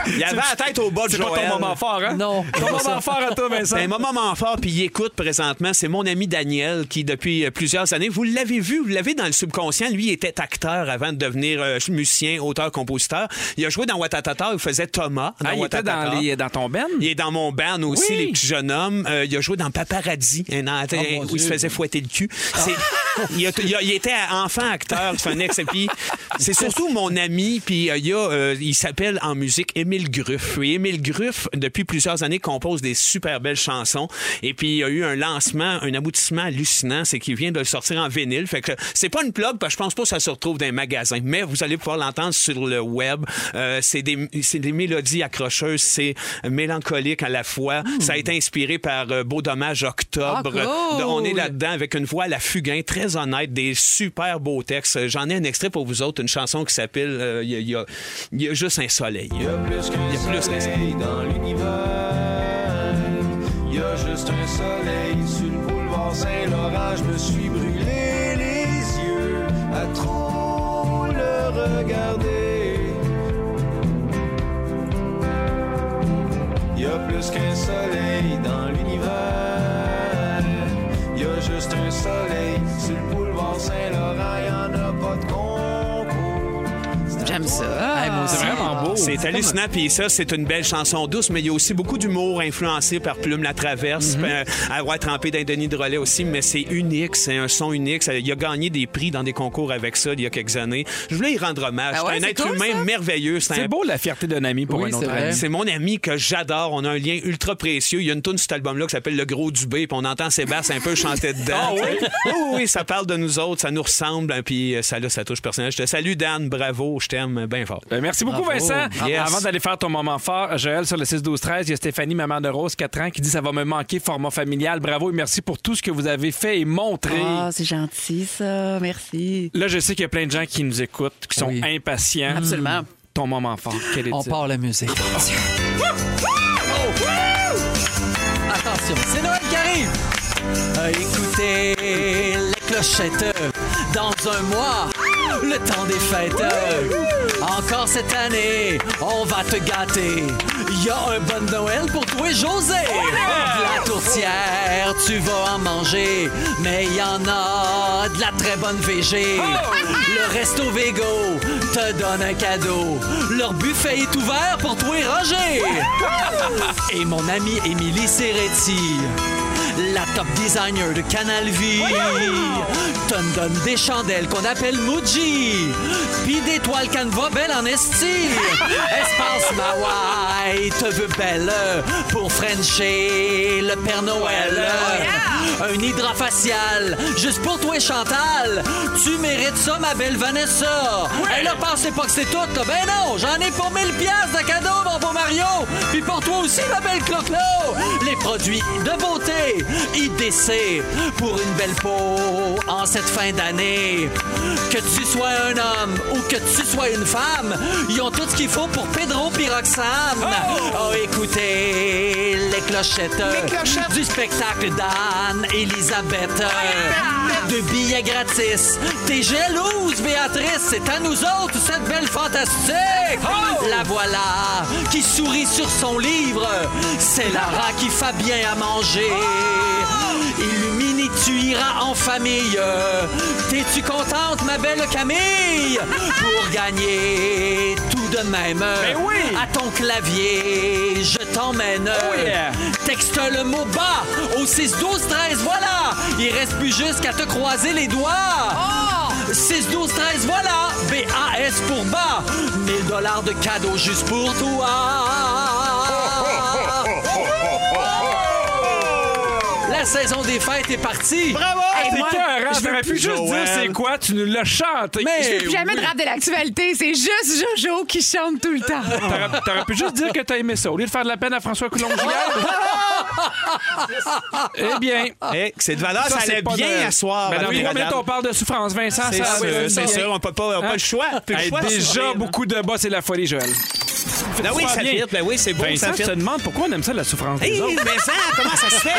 S2: Il y avait la tête au bas de
S4: C'est pas ton
S2: Joël.
S4: moment fort, hein?
S3: Non.
S4: Ton moment fort à toi, Vincent.
S2: Ben, mon moment fort, puis il écoute présentement, c'est mon ami Daniel qui, depuis euh, plusieurs années, vous l'avez vu, vous l'avez dans le subconscient, lui il était acteur avant de devenir euh, musicien, auteur, compositeur. Il a joué dans Watatata, il faisait Thomas. Dans
S4: Ah, il était
S2: Watatata.
S4: dans, les, dans ton ben?
S2: Il est dans mon band aussi,
S4: Oui.
S2: les petits jeunes hommes. Euh, il a joué dans Paparazzi, un an-
S3: Ah, mon
S2: où
S3: Dieu. Ah.
S2: il se faisait fouetter le cul. C'est- il, a- il a- il était enfant acteur, c'est un ex. et puis C'est surtout mon ami, puis euh, il, y a, euh, il s'appelle en musique Émile Gruff. Et Émile Gruff, depuis plusieurs années, compose des super belles chansons. Et puis il y a eu un lancement, un aboutissement hallucinant, c'est qu'il vient de le sortir en vinyle. Fait que c'est pas une plug, parce que je pense pas que ça se retrouve dans les magasins, mais vous allez pouvoir l'entendre sur le web. Euh, c'est des, c'est des mélodies accrocheuses, c'est mélancolique à la fois. Ça a été inspiré par euh, Beau Dommage Octobre.
S5: Hmm. Ah, cool!
S2: On est là-dedans avec une voix à la fugain, très honnête, des super beaux textes. J'en ai un extrait pour vous autres, une chanson qui s'appelle euh, Il y, a- il y a- il y a juste un soleil. Il y a plus qu'un soleil.
S7: dans l'univers. Il y a juste un soleil sur le boulevard Saint-Laurent. Je me suis brûlé les yeux à trop le regarder. Il y a plus qu'un soleil dans l'univers. Il y a juste un soleil sur le boulevard Saint-Laurent. Il n'y en a pas de concours. C'est un
S5: J'aime ça.
S3: Hey, moi aussi.
S4: Ah, C'est Oh, vraiment beau.
S2: C'est hallucinant, puis ça, c'est une belle chanson douce, mais il y a aussi beaucoup d'humour influencé par Plume la Traverse, puis, euh, avoir trempé d'un Denis de relais aussi, mais c'est unique, c'est un son unique. Ça- il a gagné des prix dans des concours avec ça il y a quelques années. Je voulais y rendre hommage.
S5: Ah ouais,
S2: c'est un
S5: c'est
S2: être
S5: cool,
S2: humain
S5: ça.
S2: merveilleux. un-
S4: C'est beau hein? la fierté d'un ami pour
S3: Oui,
S4: un autre
S3: c'est vrai.
S4: ami.
S2: c'est mon ami que j'adore. On a un lien ultra précieux. Il y a une tune sur cet album-là qui s'appelle Le Gros Dubé, puis on entend Sébastien un peu chanter dedans. oui? oui, oui, ça parle de nous autres, ça nous ressemble, hein, puis euh, ça, là, ça touche personnel. Je te salue, Dan. Bravo, je t'aime bien fort.
S4: Euh, merci beaucoup,
S3: Bravo.
S4: Vincent.
S2: Yes.
S4: Avant d'aller faire ton moment fort, Joël, sur le 6-12-13, il y a Stéphanie, maman de Rose, 4 ans, qui dit Ça va me manquer, format familial. Bravo et merci pour tout ce que vous avez fait et montré.
S5: Ah, c'est gentil, ça. Merci.
S4: Là, je sais qu'il y a plein de gens qui nous écoutent, qui sont
S3: Oui.
S4: impatients.
S5: Absolument.
S4: Ton moment fort, quel est-il?
S3: On part la musique. Attention, c'est Noël qui arrive! À écouter les clochettes dans un mois, le temps des fêtes. Encore cette année, on va te gâter. Il y a un bon Noël pour toi, et José. De la tourtière, tu vas en manger, mais il y en a de la très bonne VG. Le resto Vego te donne un cadeau. Leur buffet est ouvert pour toi, et Roger. Et mon amie Émilie Serretti la top designer de Canal Vie. Te donne des chandelles qu'on appelle Muji. Puis des toiles Canva belles en esti. Espace Mawai te veut belle pour Frencher le Père Noël. Un hydrafacial juste pour toi, Chantal. Tu mérites ça, ma belle Vanessa. Elle a pensé Ben pas que c'est tout. là. Ben non, j'en ai pour 1000 piastres de cadeaux, mon beau Mario. Puis pour toi aussi, ma belle Cloclo. Les produits de beauté IDC pour une belle peau en cette fin d'année. Que tu sois un homme ou que tu sois une femme, ils ont tout ce qu'il faut pour Pedro Piroxam. Oh, écoutez les clochettes, du spectacle d'Anne Elisabeth. De billets gratis. T'es jalouse, Béatrice. C'est à nous autres, cette belle fantastique. La voilà qui sourit sur son livre. C'est Lara qui fait bien à manger. Illumini, tu iras en famille. T'es-tu contente, ma belle Camille? Pour gagner tout de même.
S4: oui!
S3: À ton clavier, je t'emmène.
S4: yeah!
S3: Texte le mot bas au 6 12 13 voilà. Il reste plus juste qu'à te croiser les doigts.
S2: Oh!
S3: 6 12 13 voilà. B A S pour bas. 1000 dollars de cadeaux juste pour toi.
S2: Oh,
S3: La saison des fêtes est partie.
S2: oh. Bravo!
S4: C'est
S5: moi,
S4: écœurant,
S2: je veux
S4: t'aurais pu
S2: plus
S4: juste
S2: Joël.
S4: dire c'est quoi, tu nous l'as chanté.
S3: Mais-
S4: Je-
S5: Plus jamais de rap de l'actualité, c'est juste Jojo qui chante tout le temps.
S4: T'aurais t'aurais pu juste dire que t'as aimé ça, au lieu de faire de la peine à François Coulongier. eh bien,
S2: Eh, c'est de valeur, ça,
S4: ça, c'est
S2: allait
S4: pas
S2: bien
S4: Noël.
S2: à soir.
S4: Ben, dans
S2: madame et
S4: trois minutes,
S2: madame.
S4: on parle de souffrance. Vincent,
S2: C'est sûr,
S4: ça, oui,
S2: c'est
S4: oui.
S2: sûr, on peut pas, on a pas le choix. Plus le
S4: Hey,
S2: choix, c'est
S4: déjà
S2: vrai, là.
S4: beaucoup de bas, c'est la folie, Joël.
S2: Ben oui,
S4: Fort
S2: ça
S4: bien.
S2: vite, ben oui, c'est beau,
S4: Vincent,
S2: ça
S4: tu
S2: fit.
S4: te demandes pourquoi on aime ça, la souffrance des
S2: Hey,
S4: autres.
S2: mais ça, comment ça se fait?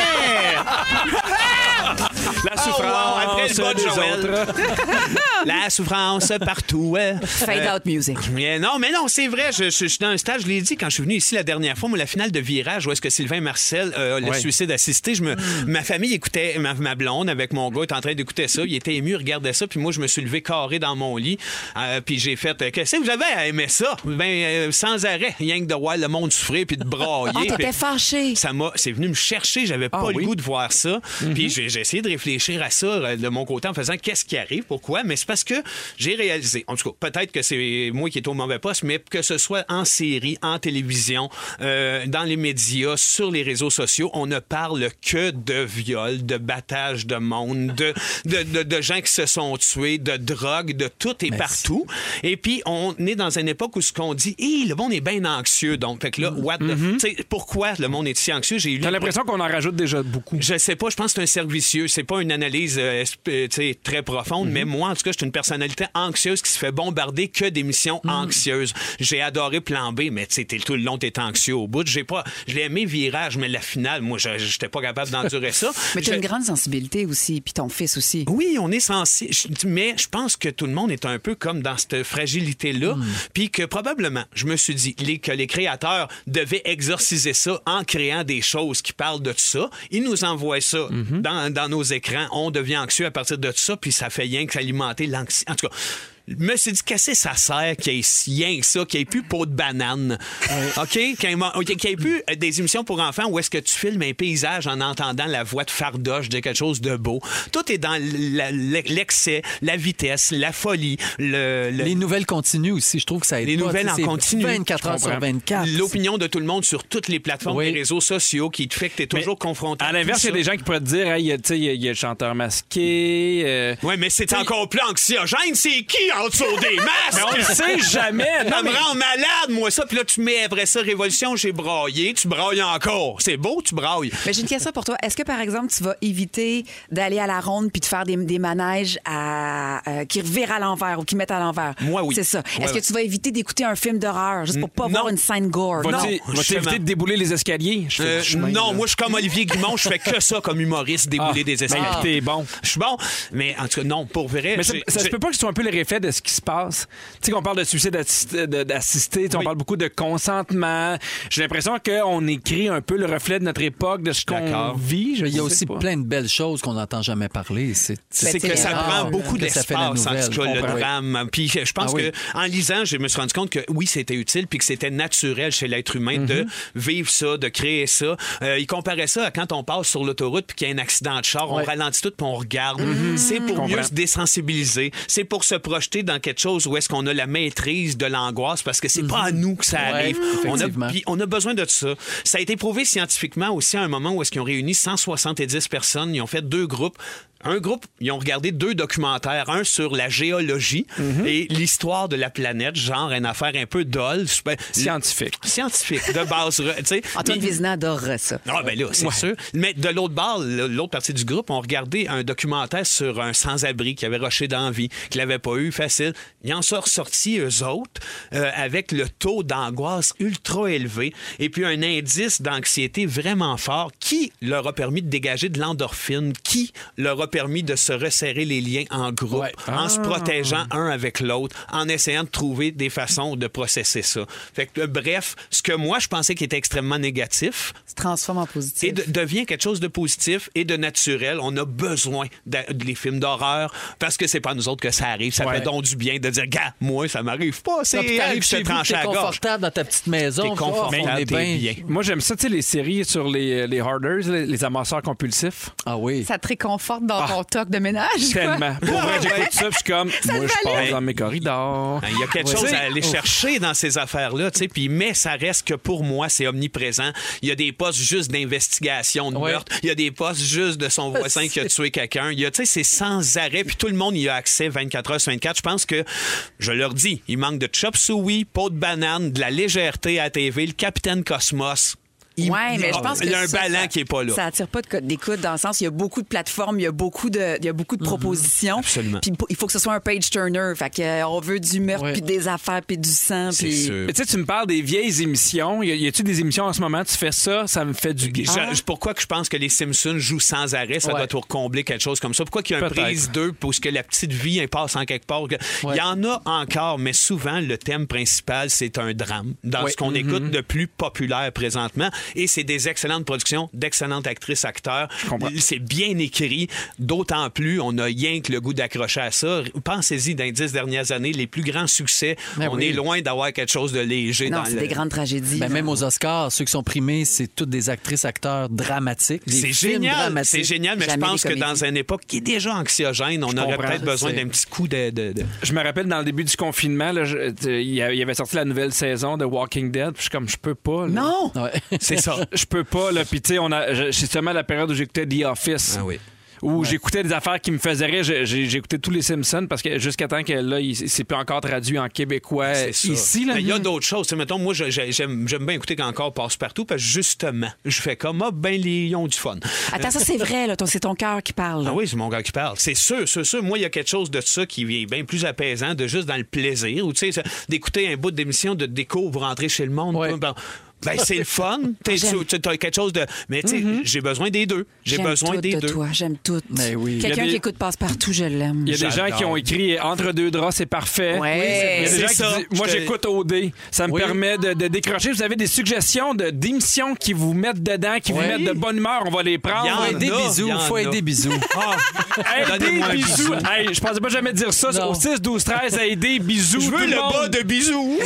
S4: La
S2: Oh, wow,
S4: souffrance
S2: après le bas de
S4: des
S2: Joël.
S4: autres.
S2: La souffrance partout. hein.
S5: Fade out music.
S2: Mais non, mais non, c'est vrai. Je, je- je suis dans un stage, je l'ai dit quand je suis venu ici la dernière fois, mais la finale de virage, où est-ce que Sylvain Marcel, euh, le
S4: Ouais.
S2: suicide assisté, je me, ma famille écoutait, ma, ma blonde avec mon gars était en train d'écouter ça. Il était ému, il regardait ça, puis moi, je me suis levé carré dans mon lit. euh, puis j'ai fait, euh, qu'est-ce que vous avez à aimer ça? Ben, euh, sans arrêt, rien que de voir le monde souffrir, puis de brailler.
S5: Ah, t'étais
S2: puis-
S5: fâché.
S2: ça m'a c'est venu me chercher j'avais pas le
S4: oui?
S2: goût de voir ça puis j'ai j'ai essayé de réfléchir à ça euh, de mon côté en faisant qu'est-ce qui arrive pourquoi mais c'est parce que j'ai réalisé en tout cas peut-être que c'est moi qui est au mauvais poste mais que ce soit en série en télévision euh, dans les médias sur les réseaux sociaux on ne parle que de viol de battage de monde de de, de- de gens qui se sont tués de drogue de tout et partout et puis on est dans une époque où ce qu'on dit Hé, le monde est bien anxieux donc fait que là what the- tu sais, pourquoi le monde est si anxieux j'ai eu
S4: T'as l'impression qu'on en rajoute déjà beaucoup.
S2: je sais pas, je pense que c'est un servicieux. C'est pas une analyse euh, esp- euh, tu sais, très profonde, mais moi, en tout cas, je suis une personnalité anxieuse qui se fait bombarder que d'émissions anxieuses. J'ai adoré Plan B, mais tu sais, t'es- tout le long, t'es anxieux au bout. J'ai pas, je l'ai aimé Virage, mais la finale, moi, je- j'étais pas capable d'endurer ça.
S5: Mais
S2: Je-
S5: t'as une grande sensibilité aussi, puis ton fils aussi.
S2: oui, on est censé, je- mais je pense que tout le monde est un peu comme dans cette fragilité-là, puis que probablement, je me suis dit les- que les créateurs devaient exorciser ça en créant des choses qui parlent de ça. Ils nous envoient ça dans, dans nos écrans, on devient anxieux à partir de ça, puis ça fait rien que alimenter l'anxiété. En tout cas, Je me suis dit, qu'est-ce que ça sert qu'il y ait rien que ça, qu'il n'y ait plus peau de banane? OK? Qu'il y ait mon- qu'il n'y ait plus euh, des émissions pour enfants où est-ce que tu filmes un paysage en entendant la voix de Fardoche dire quelque chose de beau. Tout est dans la- l'excès, la vitesse, la folie, le- le,
S3: Les nouvelles continuent aussi. Je trouve que ça aide
S2: les
S3: pas,
S2: nouvelles
S3: tu
S2: en
S3: sais, c'est
S2: continu.
S3: 24 heures
S2: Je comprends.
S3: sur 24.
S2: L'opinion de tout le monde sur toutes les plateformes
S3: Oui.
S2: des réseaux sociaux qui te fait que tu es toujours confronté.
S4: À l'inverse, il y a des gens qui pourraient te dire, Hey, il y a- tu sais, il y, a- il y a le chanteur masqué. euh,
S2: Oui, mais c'est encore plus anxiogène. C'est qui en dessous des
S4: Mais on ne
S2: masques?
S4: sait jamais. Non,
S2: Ça me
S4: mais-
S2: rend malade, moi, ça. Puis là, tu mets après ça, Révolution, j'ai braillé. Tu brailles encore. C'est beau, tu brailles.
S5: Mais j'ai une question pour toi. Est-ce que, par exemple, tu vas éviter d'aller à la ronde puis de faire des, des manèges à, euh, qui revirent à l'envers ou qui mettent à l'envers?
S2: Moi, oui.
S5: C'est ça.
S2: Ouais,
S5: Est-ce
S2: ouais.
S5: que tu vas éviter d'écouter un film d'horreur juste pour pas
S2: Non.
S5: voir une scène gore?
S2: non,
S4: Vas-tu vas-tu
S2: justement.
S4: éviter de débouler les escaliers? Je fais
S2: Euh,
S4: du chemin,
S2: non,
S4: là.
S2: moi, je suis comme Olivier Guimond, je fais que ça comme humoriste, débouler
S4: Ah,
S2: des
S4: ben,
S2: escaliers.
S4: t'es bon.
S2: Je suis bon, mais en tout cas, non, pour vrai.
S4: Mais ça,
S2: j'ai-
S4: ça se
S2: j'ai-
S4: peut pas que ce soit un peu le réflet de ce qui se passe. Tu sais, qu'on parle de suicide assis- de- d'assisté, tu sais, on
S2: Oui.
S4: parle beaucoup de consentement. J'ai l'impression qu'on écrit un peu le reflet de notre époque, de ce qu'on
S2: D'accord.
S4: vit. Je
S3: Il y a
S4: sais
S3: aussi
S4: pas.
S3: plein de belles choses qu'on n'entend jamais parler. C'est
S2: c'est que ça
S3: rare,
S2: prend
S3: là,
S2: beaucoup
S3: que ça fait la
S2: d'espace, en
S3: nouvelle.
S2: tout cas,
S3: Je
S2: le
S3: comprends.
S2: drame. Puis euh, je pense
S3: Ah oui.
S2: que en lisant, je me suis rendu compte que oui, c'était utile, puis que c'était naturel chez l'être humain
S3: Mhm.
S2: de vivre ça, de créer ça. Euh, il comparait ça à quand on passe sur l'autoroute puis qu'il y a un accident de char, on ralentit tout puis on regarde.
S3: Mhm.
S2: C'est pour mieux se désensibiliser. C'est pour se projeter dans quelque chose où est-ce qu'on a la maîtrise de l'angoisse, parce que c'est pas à nous que ça
S3: Mhm. Ouais,
S2: arrive. On a,
S3: effectivement.
S2: puis on a besoin de ça. Ça a été prouvé scientifiquement aussi à un moment où est-ce qu'ils ont réuni 170 personnes, ils ont fait deux groupes. Un groupe, ils ont regardé deux documentaires, un sur la géologie et l'histoire de la planète, genre une affaire un peu dolle, super-
S4: Scientifique.
S2: scientifique de base, re- tu sais.
S5: Antoine
S2: Mais-
S5: Vézina Ah, adorerait ça.
S2: ah ben là, c'est sûr. Mais de l'autre bord, le- l'autre partie du groupe, on regardait un documentaire sur un sans-abri qui avait rushé d'envie, qui l'avait pas eu facile. Ils en sont ressortis, eux autres, euh, avec le taux d'angoisse ultra élevé et puis un indice d'anxiété vraiment fort qui leur a permis de dégager de l'endorphine, qui leur a permis de se resserrer les liens en groupe,
S3: Ouais.
S2: en se protégeant un avec l'autre, en essayant de trouver des façons de processer ça. Fait que, euh, bref, ce que moi, je pensais qui était extrêmement négatif,
S5: Se transforme en positif.
S2: et de- devient quelque chose de positif et de naturel. On a besoin de, de- des films d'horreur parce que c'est pas à nous autres que ça arrive. Ça
S4: Ouais.
S2: fait donc du bien de dire, gars, moi, ça m'arrive pas.
S3: Non, puis
S2: C'est
S3: t'arrives
S2: arrive, je
S3: chez
S2: te
S3: vous,
S2: tranche
S3: t'es
S2: à la gorge.
S3: confortable dans ta petite maison.
S2: T'es
S3: puis,
S2: confortable,
S3: oh, on est
S2: t'es
S3: bien.
S2: bien.
S4: Moi, j'aime ça, tu sais, les séries sur les, les harders, les, les amasseurs compulsifs.
S3: Ah oui.
S9: Ça te réconforte
S2: Ah.
S9: dans ton toc de ménage. quoi.
S4: Tellement. Pour vrai, j'écoute ça, puis je suis comme, moi, je passe
S2: valide.
S4: dans mes corridors.
S2: Hein, Il y a quelque
S4: Ouais.
S2: chose
S4: Tu
S2: à
S4: sais,
S2: aller chercher dans ces affaires-là, tu sais, puis mais ça reste que pour moi, c'est omniprésent. Il y a des postes juste d'investigation de
S3: Ouais.
S2: meurtre, il y a des postes juste de son voisin qui a tué quelqu'un. Il y a, tu sais, c'est sans arrêt, puis tout le monde y a accès 24 heures sur 24. Je pense que, je leur dis, il manque de chop suey, peau de banane, de la légèreté à la TV, le capitaine Cosmos. Il,
S5: Ouais, mais je pense que
S2: il y a un
S5: ça,
S2: ballon
S5: ça-
S2: qui est pas là.
S5: Ça attire pas de côte d'écoute dans le sens il y a beaucoup de plateformes, il y a beaucoup de il y a beaucoup de propositions.
S2: Mm-hmm. Absolument.
S5: Puis il faut que ce soit un page turner, fait que euh, on veut du meurtre
S3: Ouais.
S5: puis des affaires puis du sang
S2: C'est
S5: puis
S2: sûr.
S4: Mais tu sais, tu me parles des vieilles émissions. Y a- Y a-tu des émissions en ce moment? Tu fais ça, ça me fait du bien.
S2: Je- je- pourquoi que je pense que les Simpsons jouent sans arrêt, ça
S3: Ouais.
S2: doit tout recombler quelque chose comme ça. Pourquoi qu'il y a un
S4: Peut-être.
S2: prise 2 pour ce que la petite vie elle passe en quelque part. Il
S3: Ouais.
S2: y en a encore, mais souvent le thème principal c'est un drame dans
S3: Ouais.
S2: ce qu'on écoute de plus populaire présentement. Et c'est des excellentes productions, d'excellentes actrices, acteurs.
S4: comprends.
S2: C'est bien écrit, d'autant plus on a rien que le goût d'accrocher à ça. Pensez-y dans les dix dernières années, les plus grands succès,
S3: Ben
S2: on
S3: oui.
S2: est loin d'avoir quelque chose de léger
S5: non,
S2: dans
S5: c'est
S2: le-
S5: des grandes tragédies.
S3: Ben, même aux Oscars, ceux qui sont primés, c'est toutes des actrices, acteurs dramatiques. des
S2: C'est
S3: films
S2: génial,
S3: dramatiques.
S2: c'est génial, mais je
S5: Jamais
S2: pense
S5: des
S2: que
S5: comédies.
S2: dans une époque qui est déjà anxiogène, on aurait
S4: comprends, Euh,
S2: peut-être besoin
S3: c'est-
S2: d'un petit coup de. de- de-
S4: Je me rappelle dans le début du confinement, là, je- euh, il y a- il y avait sorti la nouvelle saison de Walking Dead. Puis je suis comme, je peux pas. là.
S5: Non,
S3: Ouais.
S2: C'est ça.
S4: Je peux pas, là. Puis, tu sais, on a- je- c'est seulement la période où j'écoutais The Office.
S2: Ah oui.
S4: Où j'écoutais des affaires qui me faisaient rire. J'ai- j'ai- J'écoutais tous les Simpsons parce que jusqu'à temps que là, il- c'est plus encore traduit en québécois
S2: C'est ça.
S4: ici. Là.
S2: Mais il y a d'autres choses. Tu sais, mettons, moi, je- je- j'aime j'aime bien écouter qu'encore passe partout parce que justement, je fais comme, ah, ben, les ils ont du fun.
S5: attends ça c'est vrai là, ton- c'est ton cœur qui parle. là.
S2: Ah oui, c'est mon gars qui parle. C'est sûr, c'est sûr. Moi, il y a quelque chose de ça qui est bien plus apaisant, de juste dans le plaisir, ou tu sais, ça, d'écouter un bout d'émission de déco, vous rentrez chez le monde.
S3: Ouais.
S2: Ben, Ben, c'est le fun. T'es-
S5: J'aime.
S2: Tu as quelque chose de. Mais tu sais, j'ai besoin des deux. J'ai
S5: J'aime
S2: besoin
S5: tout
S2: des
S5: de
S2: deux. Ben
S5: toi, j'aime tout.
S3: Mais oui.
S2: Il y a
S5: Quelqu'un
S2: des-
S5: qui écoute Passe-Partout, je l'aime.
S4: Il y a des gens qui ont écrit Entre deux draps, c'est parfait.
S5: Ouais.
S4: Il y a des
S2: C'est
S4: gens qui
S2: ça.
S4: disent, Moi,
S2: Je te-
S4: j'écoute OD. Ça me
S3: Oui.
S4: permet de, de décrocher. Vous avez des suggestions de- d'émissions qui vous mettent dedans, qui vous
S3: Oui.
S4: mettent de bonne humeur. On va les prendre.
S2: Il y en
S3: Faut
S2: a,
S3: aider
S2: il
S3: bisous,
S2: y en
S3: faut
S2: a.
S3: aider bisous.
S2: Ah!
S4: Hey, des
S2: Donnez-moi un
S4: bisous.
S2: bisou.
S4: Hey, je pensais pas jamais dire ça.
S3: Non.
S4: Au 6, 12, 13, hey, des bisous.
S2: Je
S4: tout
S2: veux le
S4: monde.
S2: bas de bisous.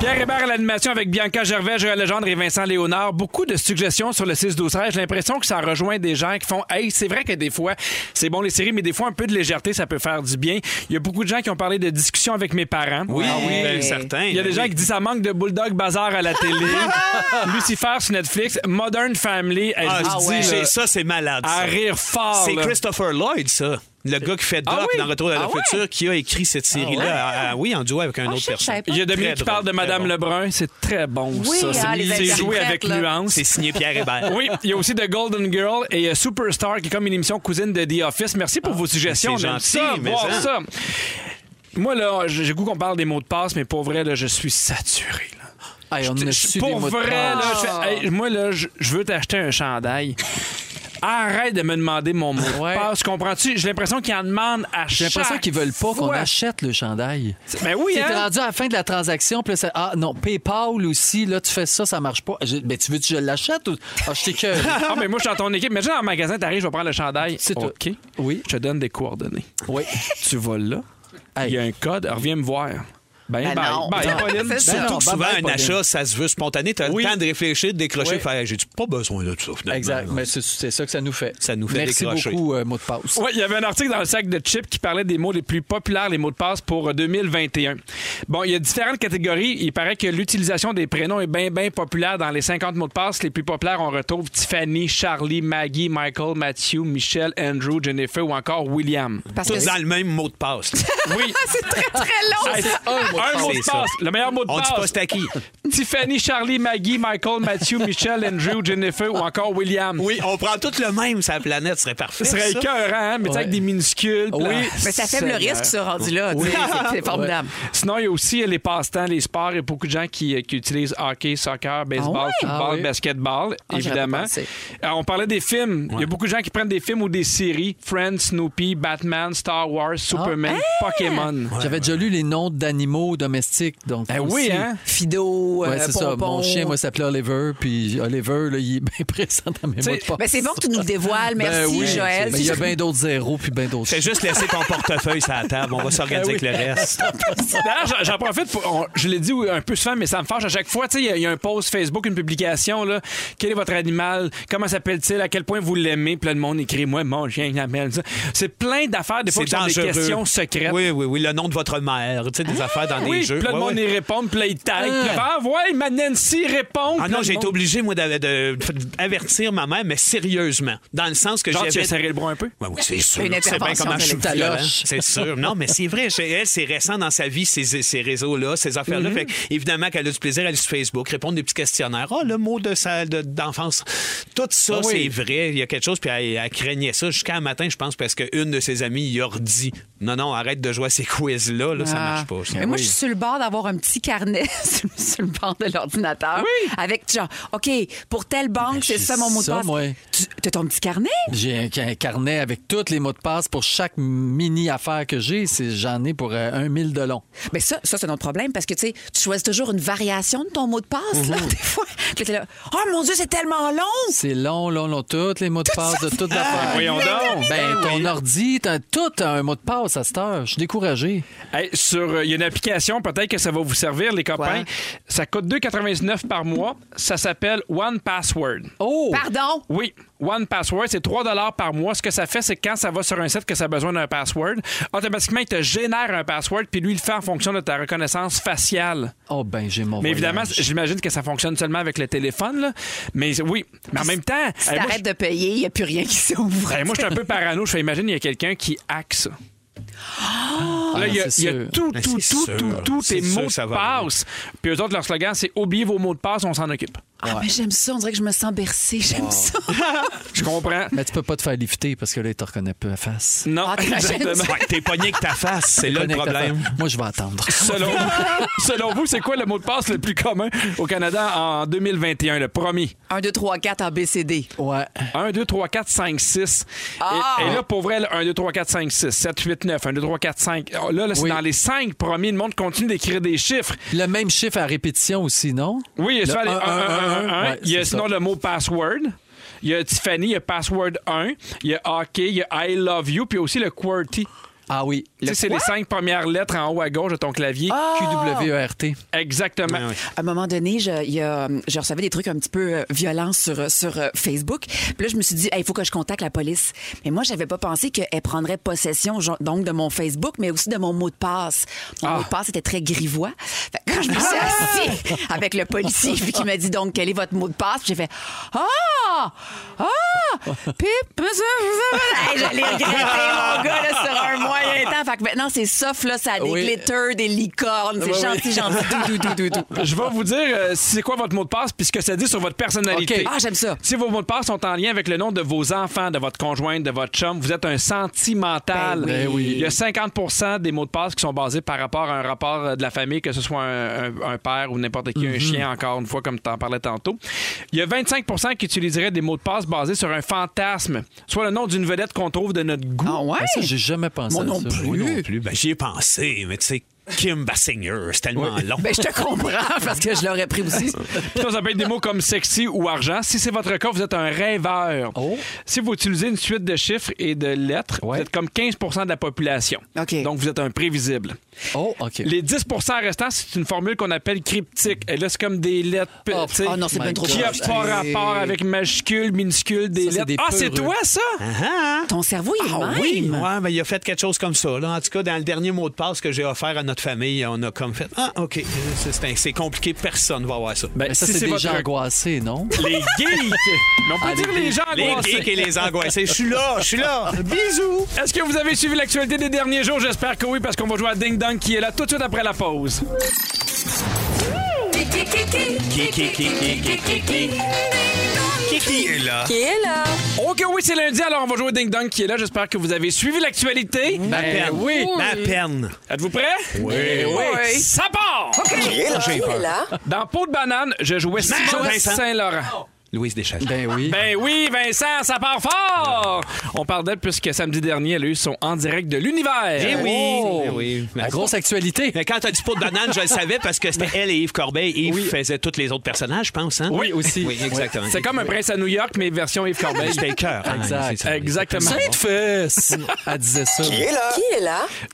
S4: Pierre Hébert à l'animation avec Bianca Gervais, Joël Legendre et Vincent Léonard. Beaucoup de suggestions sur le 6-12-13. J'ai l'impression que ça rejoint des gens qui font Hey, c'est vrai que des fois, c'est bon les séries, mais des fois, un peu de légèreté, ça peut faire du bien. Il y a beaucoup de gens qui ont parlé de discussions avec mes parents.
S2: Oui,
S5: Ah oui.
S2: ben, certain.
S4: Il y a des gens qui disent ça manque de Bulldog Bazar à la télé. Lucifer sur Netflix, Modern Family. Hey,
S2: Ah,
S4: je
S2: je
S4: vous dis,
S2: dis,
S4: là,
S2: c'est- ça, c'est malade. ça.
S4: à rire fort.
S2: C'est
S4: là.
S2: Christopher Lloyd, ça. Le gars qui fait Doc
S4: Ah oui?
S2: dans Retour à la
S4: Ah ouais?
S2: future qui a écrit cette série-là. Ah, ah oui, en duo avec un
S9: Ah,
S2: autre
S9: je sais, je
S2: personne.
S9: savais pas.
S4: Il y a Dominique
S2: Très
S4: qui
S2: drôle,
S4: parle de
S2: très
S4: Madame
S2: bon.
S4: Lebrun. C'est très bon,
S5: Oui,
S4: ça.
S5: ah,
S4: C'est-
S5: les
S4: c'est joué
S5: interprètes,
S4: avec
S5: là.
S4: nuance.
S2: C'est signé Pierre Hébert.
S4: Oui, il y a aussi The Golden Girl et euh, Superstar, qui est comme une émission cousine de The Office. Merci
S3: Ah,
S4: pour vos suggestions.
S2: c'est
S4: on aime
S2: gentil,
S4: ça,
S2: mais
S4: voir
S3: hein.
S2: ça.
S4: ça. Moi, là, j'ai j'ai goût qu'on parle des mots de passe, mais pour vrai, là, je suis saturé. là.
S3: Hey, on a
S4: Je-
S3: su des
S4: pour
S3: mots de
S4: vrai,
S3: passe.
S4: là, je fais, hey, moi, là, je, je veux t'acheter un chandail. Arrête de me demander mon mot de
S3: Ouais.
S4: passe. Comprends-tu? J'ai l'impression qu'ils en demandent à chaque
S3: J'ai l'impression qu'ils veulent pas qu'on
S4: fois.
S3: achète le chandail.
S4: Ben oui,
S3: T'es
S4: hein?
S3: rendu à la fin de la transaction, puis là, c'est- ah non, PayPal aussi, là, tu fais ça, ça marche pas. Je- ben, tu veux que je l'achète ou. Ah, je t'écoeure.
S4: Ah, mais moi, je suis dans ton équipe. Imagine, dans le magasin, t'arrives, je vais prendre le chandail.
S3: C'est tout.
S4: OK.
S3: Oui.
S4: Je te donne des coordonnées.
S3: Oui.
S4: Tu vas là.
S3: Hey.
S4: Il y a un code. Reviens me voir. Ben,
S5: Ben
S4: bye.
S5: non.
S4: Bye,
S5: Non.
S4: Pauline.
S5: C'est
S3: Ben
S2: Surtout
S3: non,
S2: que
S3: bye
S2: souvent,
S3: bye,
S2: un
S3: Pauline.
S2: achat, ça se veut spontané. Tu as
S4: Oui.
S2: le temps de réfléchir, de décrocher,
S4: Oui.
S2: faire J'ai pas besoin de ça, finalement.
S3: Exact. Mais c'est- c'est ça que ça nous fait.
S2: Ben, Ça nous fait
S3: Merci
S2: décrocher.
S3: beaucoup, euh, mot de passe.
S4: Ouais, il y avait un article dans le sac de chips qui parlait des mots les plus populaires, les mots de passe pour euh, 2021. Bon, il y a différentes catégories. Il paraît que l'utilisation des prénoms est bien, bien populaire dans les 50 mots de passe. Les plus populaires, on retrouve Tiffany, Charlie, Maggie, Michael, Matthew, Michel, Andrew, Jennifer ou encore William.
S9: Parce
S2: Tous
S9: que
S2: dans le même mot de passe.
S4: Oui.
S5: Ah,
S9: c'est très, très long.
S4: Hey,
S3: un mot de
S4: un mot de
S2: passe.
S4: passe. Le meilleur mot de
S2: On dit pas
S4: passe.
S2: c'est à qui.
S4: Tiffany, Charlie, Maggie, Michael, Matthew, Michel, Andrew, Jennifer ou encore William.
S2: Oui, on prend tout le même sur la planète, ce serait parfait.
S4: Ce serait
S2: ça.
S4: écœurant, hein, mais tu sais, avec des minuscules. puis
S3: Oui.
S4: là-
S5: Mais ça faible
S4: Seigneur.
S5: risque, ce rendu-là. tu sais, c'est- C'est formidable.
S4: Sinon, il y a aussi euh, les passe-temps, les sports. Il y a beaucoup de gens qui, euh, qui utilisent hockey, soccer, baseball,
S5: Ah ouais?
S4: football,
S3: Ah oui.
S4: basketball,
S5: Ah, j'aurais
S4: évidemment.
S5: pas pensé.
S4: Euh, on parlait des films. Il y a beaucoup de gens qui prennent des films ou des séries. Friends, Snoopy, Batman, Star
S5: Ah.
S4: Wars, Superman, Pokémon.
S3: J'avais déjà lu les noms d'animaux domestiques. Donc
S4: Ben oui,
S3: aussi-
S4: hein?
S5: Fido,
S3: Ouais,
S5: euh,
S3: c'est ça.
S5: Pompon.
S3: Mon chien, moi, s'appelait Oliver, puis euh, Oliver, là, il est bien présent dans mes mots
S4: T'sais,
S3: de passe.
S5: Ben, c'est bon que tu nous le dévoiles. Merci,
S3: Ben oui.
S5: Joël.
S3: Mais il y a bien d'autres zéros, puis bien d'autres.
S2: Fais juste laisser ton portefeuille sur la table. On va s'organiser
S4: Ben
S2: avec le reste.
S4: D'ailleurs, j'en- j'en profite. Pour, on- je l'ai dit oui, un peu souvent, mais ça me fâche à chaque fois. Tu sais, Il y a- il y, a un post Facebook, une publication. Là, quel est votre animal? Comment s'appelle-t-il? À quel point vous l'aimez? Plein de monde écrit Moi, mon chien, il appelle ça. C'est plein d'affaires, des fois,
S2: C'est
S4: qui sont des
S2: dangereux.
S4: questions secrètes. Ah,
S2: Oui, oui, oui. Le nom de votre mère. Tu sais, des affaires dans
S4: Oui,
S2: des jeux.
S4: plein de
S2: Ouais,
S4: monde
S2: ouais.
S4: y répond, puis là, ils taguent. Puis là, Ah, ouais, ma Nancy répond.
S2: Ah
S4: Puis
S2: non,
S4: là,
S2: j'ai été
S4: le monde-
S2: obligé, moi, d'avertir de, de- avertir ma mère, mais sérieusement. Dans le sens que
S4: Genre, tu as
S2: j'avais.
S4: serré le bras un peu?
S2: Ben oui, c'est sûr.
S5: Une
S2: Tu sais bien
S5: intervention
S2: comment je suis
S3: de la
S2: violent.
S3: taloche.
S2: C'est sûr. Non, mais c'est vrai. Chez elle, c'est récent dans sa vie, ces, ces réseaux-là, ces affaires-là. Fait que, évidemment qu'elle a du plaisir à aller sur Facebook, répondre des petits questionnaires. Ah, le mot de sa, de- d'enfance. Tout ça,
S4: oui.
S2: c'est vrai. Il y a quelque chose, puis elle, elle craignait ça jusqu'à un matin, je pense, parce qu'une de ses amies y a redit Non, non, arrête de jouer à ces quiz-là. Là, Ça
S5: Ah.
S2: marche pas. ça.
S9: Mais moi, je suis sur le bord d'avoir un petit carnet sur sur le bord de l'ordinateur. Oui. Avec genre, OK, pour telle banque, c'est
S3: Ben, j'ai
S9: ça mon mot de
S3: ça,
S9: passe.
S3: moi.
S9: Tu as ton petit carnet?
S3: J'ai un, un carnet avec tous les mots de passe pour chaque mini affaire que j'ai. C'est- J'en ai pour euh, un mille de long.
S9: Mais Ben ça, ça c'est notre problème parce que tu sais, tu choisis toujours une variation de ton mot de passe,
S3: Mhm.
S9: là, des fois. Puis là, t'es là, oh mon Dieu, c'est tellement long!
S3: C'est long, long, long. Tous les mots de passe de toute l'affaire.
S4: Voyons donc.
S3: Ben, ton ordi, t'as tout un mot de passe à cette heure. Je suis découragé.
S4: Hey, sur, euh, il y a une application, peut-être que ça va vous servir, les copains. Ça coûte 2,99 par mois. Ça s'appelle One Password.
S3: Oh!
S9: Pardon?
S4: Oui, One Password, c'est 3 par mois. Ce que ça fait, c'est que quand ça va sur un site que ça a besoin d'un password, automatiquement, il te génère un password, puis lui, il le fait en fonction de ta reconnaissance faciale.
S3: Oh, ben, j'ai mon
S4: Mais
S3: voyage.
S4: évidemment, j'imagine que ça fonctionne seulement avec le téléphone, là. Mais oui, mais en même temps...
S9: Si
S3: Eh,
S4: hey, moi,
S9: t'arrêtes de payer, il n'y a plus rien qui s'ouvre.
S4: je- hey, moi, je suis un peu parano. Je fais, imagine, il y a quelqu'un qui hack ça.
S3: Ah,
S4: Là, il y a,
S3: c'est
S4: il y a
S3: sûr.
S4: tout,
S2: Mais
S4: tout,
S2: Ben, c'est
S4: tout,
S2: sûr.
S4: tout, tout,
S2: C'est
S4: tes
S2: sûr
S4: mots
S2: que ça
S4: de
S2: va arriver.
S4: passe. Puis eux autres, leur slogan, c'est « Oubliez vos mots de passe, on s'en occupe ».
S5: Ah, mais j'aime ça. On dirait que je me sens bercée. J'aime ça.
S4: Je comprends.
S2: Ah,
S3: Mais tu peux pas te faire lifter parce que là, ils te reconnaissent peu à face.
S4: Non,
S5: Ah, t'imagines?
S4: exactement.
S2: Ouais, T'es pogné avec ta face, c'est là le
S3: Connecte à
S2: problème.
S3: face. Moi, je vais attendre.
S4: Selon, selon vous, c'est quoi le mot de passe le plus commun au Canada en 2021, le premier?
S5: 1, 2, 3, 4 en BCD.
S3: Ouais.
S4: 1, 2, 3, 4, 5, 6.
S3: Ah!
S4: Et, et là, pour vrai, le 1, 2, 3, 4, 5, 6, 7, 8, 9, 1, 2, 3, 4, 5. Oh, Là, là c'est
S3: Oui.
S4: dans les 5 premiers. Le monde continue d'écrire des chiffres.
S3: Le même chiffre à répétition aussi, non?
S4: Oui, il y a
S3: Le
S4: souvent les 1, 1, 1, 1.
S3: Ouais,
S4: Il y a
S3: c'est
S4: sinon
S3: ça.
S4: le mot password. Il y a Tiffany, il y a password 1. Il y a hockey, il y a I love you, puis il y a aussi le QWERTY.
S3: Ah oui.
S4: Tu sais, C'est les cinq premières lettres en haut à gauche de ton clavier.
S3: Ah! QWERT.
S4: Exactement.
S2: Ouais, ouais.
S5: À un moment donné, je, il y a, euh, je recevais des trucs un petit peu euh, violents sur, euh, sur euh, Facebook. Puis là, je me suis dit, il faut que je contacte la police. Mais moi, j'avais pas pensé qu'elle prendrait possession, genre, donc, de mon Facebook, mais aussi de mon mot de passe. Mon mot de passe était très grivois. Fait que quand je me suis assise avec le policier, puis qui m'a dit, donc, quel est votre mot de passe? Puis j'ai fait, ah! Ah! Pip! Hey, je l'ai regretté, mon gars, là, sur un moyen temps. Fait que maintenant, c'est soft, là, ça a des
S3: Oui.
S5: glitters, des licornes. C'est gentil, gentil. Doux, doux, doux, doux, doux.
S4: Je vais vous dire euh, c'est quoi votre mot de passe puis ce que ça dit sur votre personnalité.
S3: OK.
S5: Ah, j'aime ça.
S4: Si vos mots de passe sont en lien avec le nom de vos enfants, de votre conjointe, de votre chum, vous êtes un sentimental.
S3: Ben oui. Ben oui.
S4: Il y a 50 des mots de passe qui sont basés par rapport à un rapport euh, de la famille, que ce soit un, un- un père ou n'importe qui,
S3: Mhm.
S4: un chien, encore une fois, comme tu en parlais tantôt. Il y a 25 qui utiliseraient des mots de passe basés sur un fantasme, soit le nom d'une vedette qu'on trouve de notre goût.
S5: Ah ouais?
S3: Ah, Ça, j'ai jamais pensé
S5: Moi
S3: à
S5: non
S3: ça.
S5: plus.
S2: Moi non plus. Ben, j'y ai pensé, mais tu sais, Kim Basinger, c'est tellement long.
S5: Ben, je te comprends parce que je l'aurais pris aussi.
S4: Puis ça, ça peut être des mots comme sexy ou argent. Si c'est votre cas, vous êtes un rêveur.
S3: Oh.
S4: Si vous utilisez une suite de chiffres et de lettres,
S3: Ouais.
S4: vous êtes comme 15 de la population.
S5: OK.
S4: Donc, vous êtes un prévisible.
S3: Oh, OK.
S4: Les 10 restants, c'est une formule qu'on appelle cryptique. Et là, c'est comme des lettres pe-
S3: Oh,
S4: tu sais,
S5: oh non, c'est
S3: my
S5: bien trop
S3: God.
S4: qui a
S5: compliqué.
S4: pas rapport avec majuscule, minuscule, des
S3: Ça, c'est
S4: lettres.
S3: des
S4: ah, c'est
S3: peureux. Hein?
S4: toi, ça?
S2: Ah,
S5: Ton cerveau, il est
S2: ah
S5: même.
S2: oui, ouais, ben, il a fait quelque chose comme ça. là. En tout cas, dans le dernier mot de passe que j'ai offert à notre famille, on a comme fait Ah, OK, c'est- c'est un- c'est compliqué, personne va avoir ça.
S3: Mais Ben, ça,
S4: Ben, si
S3: c'est Ben des
S4: votre-
S3: gens angoissés, non?
S4: Les geeks! Mais on peut
S3: Ah,
S4: dire
S3: les
S4: les gens
S2: les
S4: angoissés.
S2: geeks et les angoissés, je suis là, je suis là. Bisous.
S4: Est-ce que vous avez suivi l'actualité des derniers jours? J'espère que oui, parce qu'on va jouer à Ding Dong qui est là tout de suite après la pause.
S2: Kiki est là.
S4: Ok, oui, c'est lundi, alors on va jouer au Ding Dong qui est là. J'espère que vous avez suivi l'actualité.
S2: Ma
S4: Ben
S2: peine.
S4: oui.
S2: Ma peine. Eh
S4: Êtes-vous prêts? Oui. oui. Ça part! Dans Peau de banane, je jouais Simon
S2: Vincent.
S4: Saint-Laurent.
S2: Louise Deschamps.
S3: Ben oui.
S4: Ben oui, Vincent, ça part fort! On parle d'elle puisque samedi dernier, elle a eu son en direct de l'univers.
S2: Eh oui.
S3: Oh!
S2: Eh oui.
S3: La grosse actualité.
S2: Mais quand t'as dit pot de banane, je le savais parce que c'était elle et Yves Corbeil. Yves faisait tous les autres personnages, je pense. Hein?
S4: Oui, aussi.
S2: Oui, exactement.
S4: C'est comme un prince à New York, mais version Yves Corbeil.
S2: C'était hein, le cœur.
S3: Exact.
S4: Exactement.
S3: Sainte-Fesse! Elle disait ça.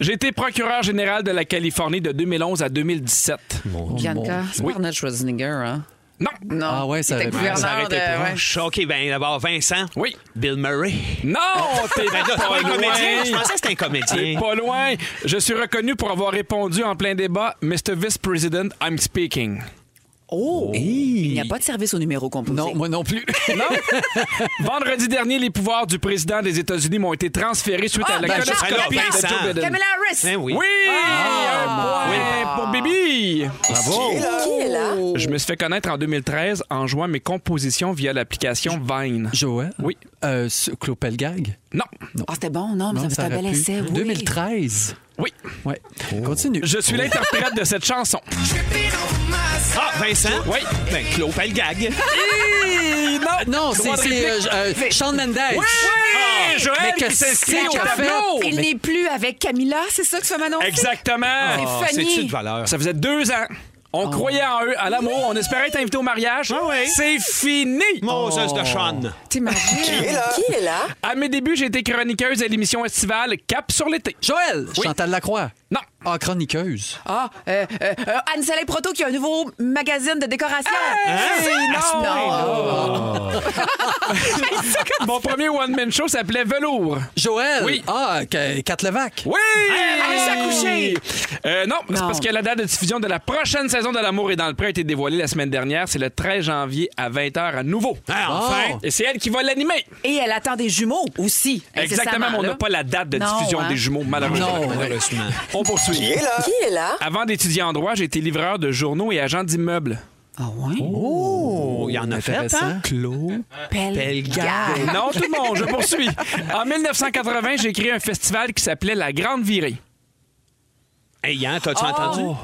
S4: J'ai été procureur général de la Californie de 2011 à 2017.
S5: Bianca, c'est
S4: Oui.
S5: pas Arnold Schwarzenegger, hein?
S4: Non.
S5: Non.
S3: Ah ouais, ça
S5: Il était
S3: aurait-
S5: gouverneur
S3: ça
S2: Arrêtez
S5: de-
S2: pour
S5: ouais.
S2: un. OK, ben d'abord Vincent.
S4: Oui. Eh
S2: Bill Murray.
S4: Non, t'es
S2: Ben là, c'est pas
S4: pas
S2: un comédien. Je
S4: loin.
S2: pensais que c'était un
S4: T'es
S2: comédien.
S4: pas loin. Je suis reconnu pour avoir répondu en plein débat, Mr. Vice President, I'm speaking.
S5: Oh! Il n'y a pas de service au numéro composé.
S3: Non, moi non plus.
S4: Non? Vendredi dernier, les pouvoirs du président des États-Unis m'ont été transférés suite
S3: Ah,
S4: à la
S2: ben, alors,
S4: colonoscopie de
S2: Vincent.
S4: Joe Biden.
S9: Kamala Harris.
S2: Ben oui.
S4: Oui! Ah, un point pour Bibi!
S3: Bravo.
S4: Je me suis fait connaître en 2013 en jouant mes compositions via l'application Vine.
S3: Joël?
S4: Oui.
S3: Euh, ce- Claude Pelgag?
S4: Non.
S5: Ah, c'était bon, non, mais
S3: Non,
S5: ça
S3: ça
S5: fait un
S3: aurait
S5: bel
S3: pu.
S5: essai. oui.
S3: 2013.
S4: Oui.
S3: Ouais. Continue.
S4: Je suis l'interprète de cette chanson.
S2: Ah, Vincent.
S4: Oui.
S2: Ben, Claude Pelgag. Ah,
S3: Non, c'est
S4: de
S3: c'est, euh, euh, Shawn Mendes.
S4: Oui! Joël
S3: Mais que
S4: qui s'inscrit
S3: c'est
S4: au
S3: qu'elle fait?
S4: tableau!
S5: Il n'est plus avec Camilla, c'est ça que ça m'annonce?
S4: Exactement!
S2: Ah, C'est-tu de valeur?
S4: Ça faisait deux ans. On croyait en eux, à l'amour. On espérait être invité au mariage.
S2: Ah ouais.
S4: C'est fini!
S2: Moses
S4: Oh.
S2: de Sean.
S5: T'imagines?
S4: À mes débuts, j'ai été chroniqueuse à l'émission estivale Cap sur l'été.
S3: Joël! Chantal Lacroix.
S4: Non.
S3: Ah, chroniqueuse.
S5: Ah, euh, euh, euh, Anne-Soleil Proto qui a un nouveau magazine de décoration.
S4: non!
S5: Non.
S4: Mon premier one-man show s'appelait Velours.
S3: Joël!
S4: Oui.
S3: Ah, Ka- Kat Levac.
S4: Oui!
S5: allez s'accoucher!
S4: Euh, non, c'est
S5: Non.
S4: parce que la date de diffusion de la prochaine saison de L'amour et dans le pré a été dévoilée la semaine dernière. C'est le 13 janvier à 20h à nouveau.
S2: Ah, enfin.
S4: Et c'est elle qui va l'animer.
S5: Et elle attend des jumeaux aussi.
S4: Exactement, mais on n'a
S5: là.
S4: pas la date de
S5: Non,
S4: diffusion
S5: hein.
S4: des jumeaux, malheureusement.
S3: Non, ouais.
S2: Malheureusement.
S4: On poursuit.
S8: Qui est là?
S4: Avant d'étudier en droit, j'ai été livreur de journaux et agent d'immeubles.
S5: Ah ouais?
S2: Oh, il y en a fait,
S3: intéressant.
S2: hein? Claude Pelgare.
S4: Non, tout le monde, je poursuis. En 1980, j'ai créé un festival qui s'appelait La Grande Virée.
S2: Hey, Yann, t'as-tu entendu?
S3: Oh.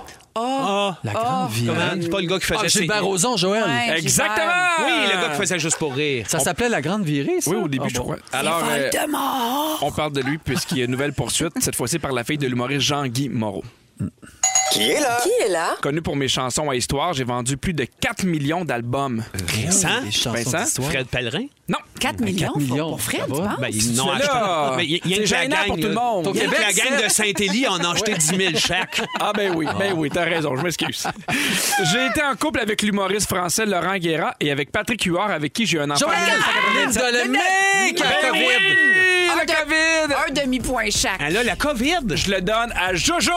S2: Ah,
S3: La grande vie.
S2: Comment? C'est pas le gars qui faisait...
S3: Ah,
S2: ses-
S3: Gilbert Rozon, Joël.
S9: Ouais.
S4: Exactement!
S2: Oui, le gars qui faisait juste pour rire.
S3: Ça s'appelait la grande virée, ça?
S4: Oui, au début,
S3: Ah,
S4: je
S3: bon.
S4: crois. Alors, euh, on parle de lui puisqu'il y a une nouvelle poursuite, cette fois-ci par la fille de l'humoriste Jean-Guy Moreau.
S10: Qui est là?
S8: Qui est là?
S4: Connu pour mes chansons à histoire, j'ai vendu plus de 4 millions d'albums.
S2: Vincent,
S3: Les chansons
S4: Vincent,
S3: d'histoire.
S2: Fred Pellerin.
S5: 4 millions, faut-
S3: millions,
S5: pour Fred,
S3: ça
S5: tu
S3: va?
S5: penses?
S2: Ben, ils n'ont
S4: celui-là,
S2: acheté- Mais y- y a
S4: c'est
S2: que la
S4: gênant
S2: gang,
S4: pour tout le
S2: là.
S4: monde.
S2: Y a que
S4: Québec,
S2: la gang
S4: c'est-
S2: de Saint-Élie en a acheté 10 000 chaque.
S4: Ah ben oui, ben oui, t'as raison, je m'excuse. J'ai été en couple avec l'humoriste français Laurent Guéra et avec Patrick Huard, avec qui j'ai eu un enfant.
S3: Joël Delemet, qui a
S4: Ben oui,
S3: COVID.
S4: le COVID!
S5: Un demi-point chaque.
S2: Elle a la COVID.
S4: Je le donne à Jojo!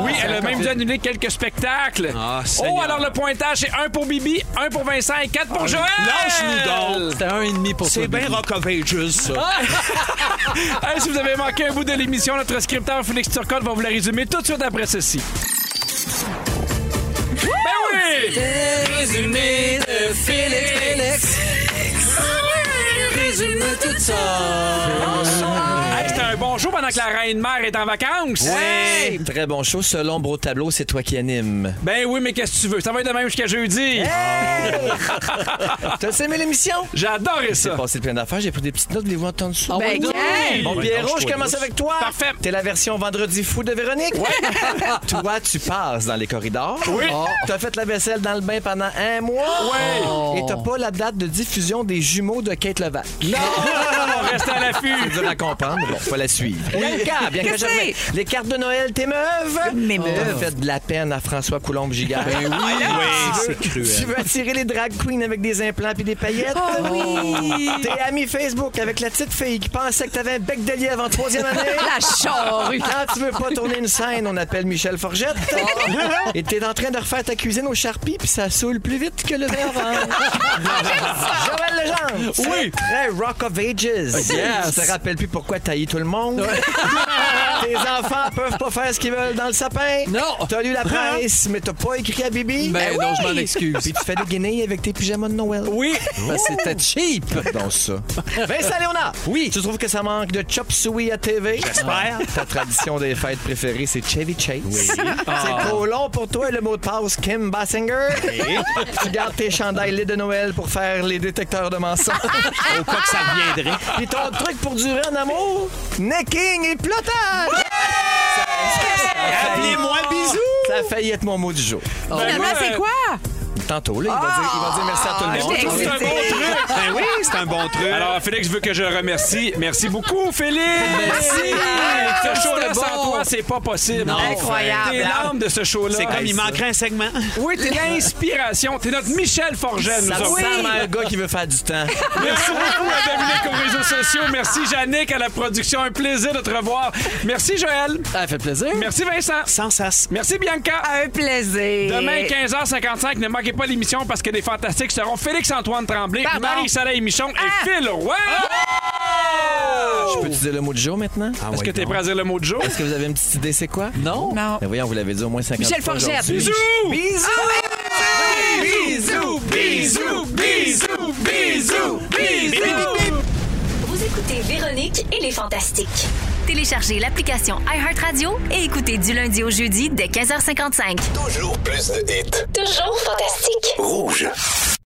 S4: oui, elle a même dû annuler quelques spectacles.
S2: Ah,
S4: oh,
S2: Seigneur. Ah,
S4: alors le pointage, c'est 1 pour Bibi, 1 pour Vincent et 4 pour Joël!
S2: Lâche-nous donc.
S3: C'était un et demi pour
S2: C'est
S3: toi,
S2: bien
S3: Bibi.
S2: Rock of Ages, ça.
S4: Ah. Hey, si vous avez manqué un bout de l'émission, notre scripteur Félix Turcotte va vous la résumer tout de suite après ceci. Ben oui!
S3: Résumé de Félix. Résume tout ça.
S4: Hey, C'était un bon show pendant que la reine mère est en vacances.
S11: Hey, Très bon show. Selon Bro Tableau, c'est toi qui anime.
S4: Ben oui, mais qu'est-ce que tu veux? Ça va être de même jusqu'à jeudi.
S11: T'as aimé l'émission?
S4: J'ai adoré
S11: J'ai
S4: Ah. ça.
S11: passé plein d'affaires, j'ai pris des petites notes, voulez-vous entendre ça?
S5: Ben, gang!
S11: Mon Pierrot, je commence avec toi.
S4: Parfait.
S11: T'es la version vendredi fou de Véronique. toi, tu passes dans les corridors. Oh.
S4: Oui.
S11: T'as fait la vaisselle dans le bain pendant un mois.
S4: Ouais.
S11: Et t'as pas la date de diffusion des jumeaux de Kate Levac.
S4: On reste à l'affût.
S11: Dur à comprendre, mais bon, faut la suivre. Bianca, Bianca
S9: Qu'est-ce
S11: Gervais. Les cartes de Noël t'émeuvent.
S8: Oh.
S5: Oh.
S11: T'as fait de la peine à François Coulombe Gigard.
S2: Ben c'est cruel.
S11: Tu veux attirer les drag queens avec des implants puis des paillettes. oui. T'es ami Facebook avec la petite fille qui pensait que t'avais un bec de lièvre en troisième année.
S5: La
S3: Oh,
S5: charrue.
S8: Oh.
S11: Quand Ah, tu veux pas tourner une scène, on appelle Michel Forgette.
S3: Oh.
S11: Et t'es en train de refaire ta cuisine au charpie, puis ça saoule plus vite que le verre Joël Legendre. Oui. Très Rock of Ages.
S3: Yes.
S11: Tu te rappelles plus pourquoi t'as haï tout le monde. Tes enfants peuvent pas faire ce qu'ils veulent dans le sapin.
S3: Non. Hein?
S11: T'as lu la presse, mais t'as pas écrit à Bibi.
S3: Ben non, je m'en excuse.
S11: Puis tu fais des guenilles avec tes pyjamas de Noël.
S3: Oui. Oh. C'était cheap.
S11: Dans ça. Vincent Léonard. Oui. Tu trouves que ça manque de chop suey à TV? J'espère. Ta tradition des fêtes préférée, c'est Chevy Chase. C'est
S3: Ah.
S11: trop long pour toi, le mot de passe Kim Basinger.
S2: Eh?
S11: tu gardes tes chandails lait de Noël pour faire les détecteurs de mensonges.
S2: Au cas que ça reviendrait.
S11: Puis ton truc pour durer en amour, necking et plotage.
S2: Appelez-moi bisous.
S11: Ça a failli être mon mot du jour.
S9: Finalement, c'est quoi?
S11: Tantôt, là, il va, dire, il va dire merci à
S3: Ah!
S2: Ah,
S11: tout le monde.
S9: j'étais
S4: Ben C'est un bon truc.
S2: Ben oui, c'est un bon truc.
S4: Alors, Félix, je veux que je le remercie. Merci beaucoup, Félix! Merci! Ce show-là,
S3: C'était
S4: sans
S3: bon.
S4: toi, c'est pas possible.
S9: Incroyable.
S4: T'es l'âme de ce show-là.
S2: c'est comme il manquerait un segment.
S4: Oui, t'es l'inspiration. T'es notre Michel Forget, nous
S11: Ça
S4: autres.
S11: ressemble à un gars qui veut faire du temps.
S4: Merci beaucoup à Dominique aux réseaux sociaux. Merci, Jannick, à la production. Un plaisir de te revoir. Merci, Joël.
S3: Ça fait plaisir.
S4: Merci, Vincent.
S2: Sans sas.
S4: Merci, Bianca.
S9: Un plaisir.
S4: Demain, 15h55, ne manquez pas l'émission parce que les fantastiques seront Félix-Antoine Tremblay,
S9: Pardon.
S4: Marie-Soleil Michon et Phil Roy.
S11: Ben, Je peux te dire le mot du jour maintenant?
S4: Est-ce que t'es prêt à dire le mot de jour?
S11: Est-ce que vous avez une petite idée, c'est quoi?
S3: Ah Non.
S9: Non.
S11: Ben voyons, vous l'avez dit au moins 50
S9: Michel
S11: fois
S9: Forgette.
S11: aujourd'hui.
S4: Bisous!
S11: Bisous!
S4: Bisous! Bisous! Bisous! Bisous! Bisous!
S8: Vous écoutez Véronique et les Fantastiques.
S1: Téléchargez l'application iHeartRadio et écoutez du lundi au jeudi dès 15h55.
S10: Toujours plus de hits.
S8: Toujours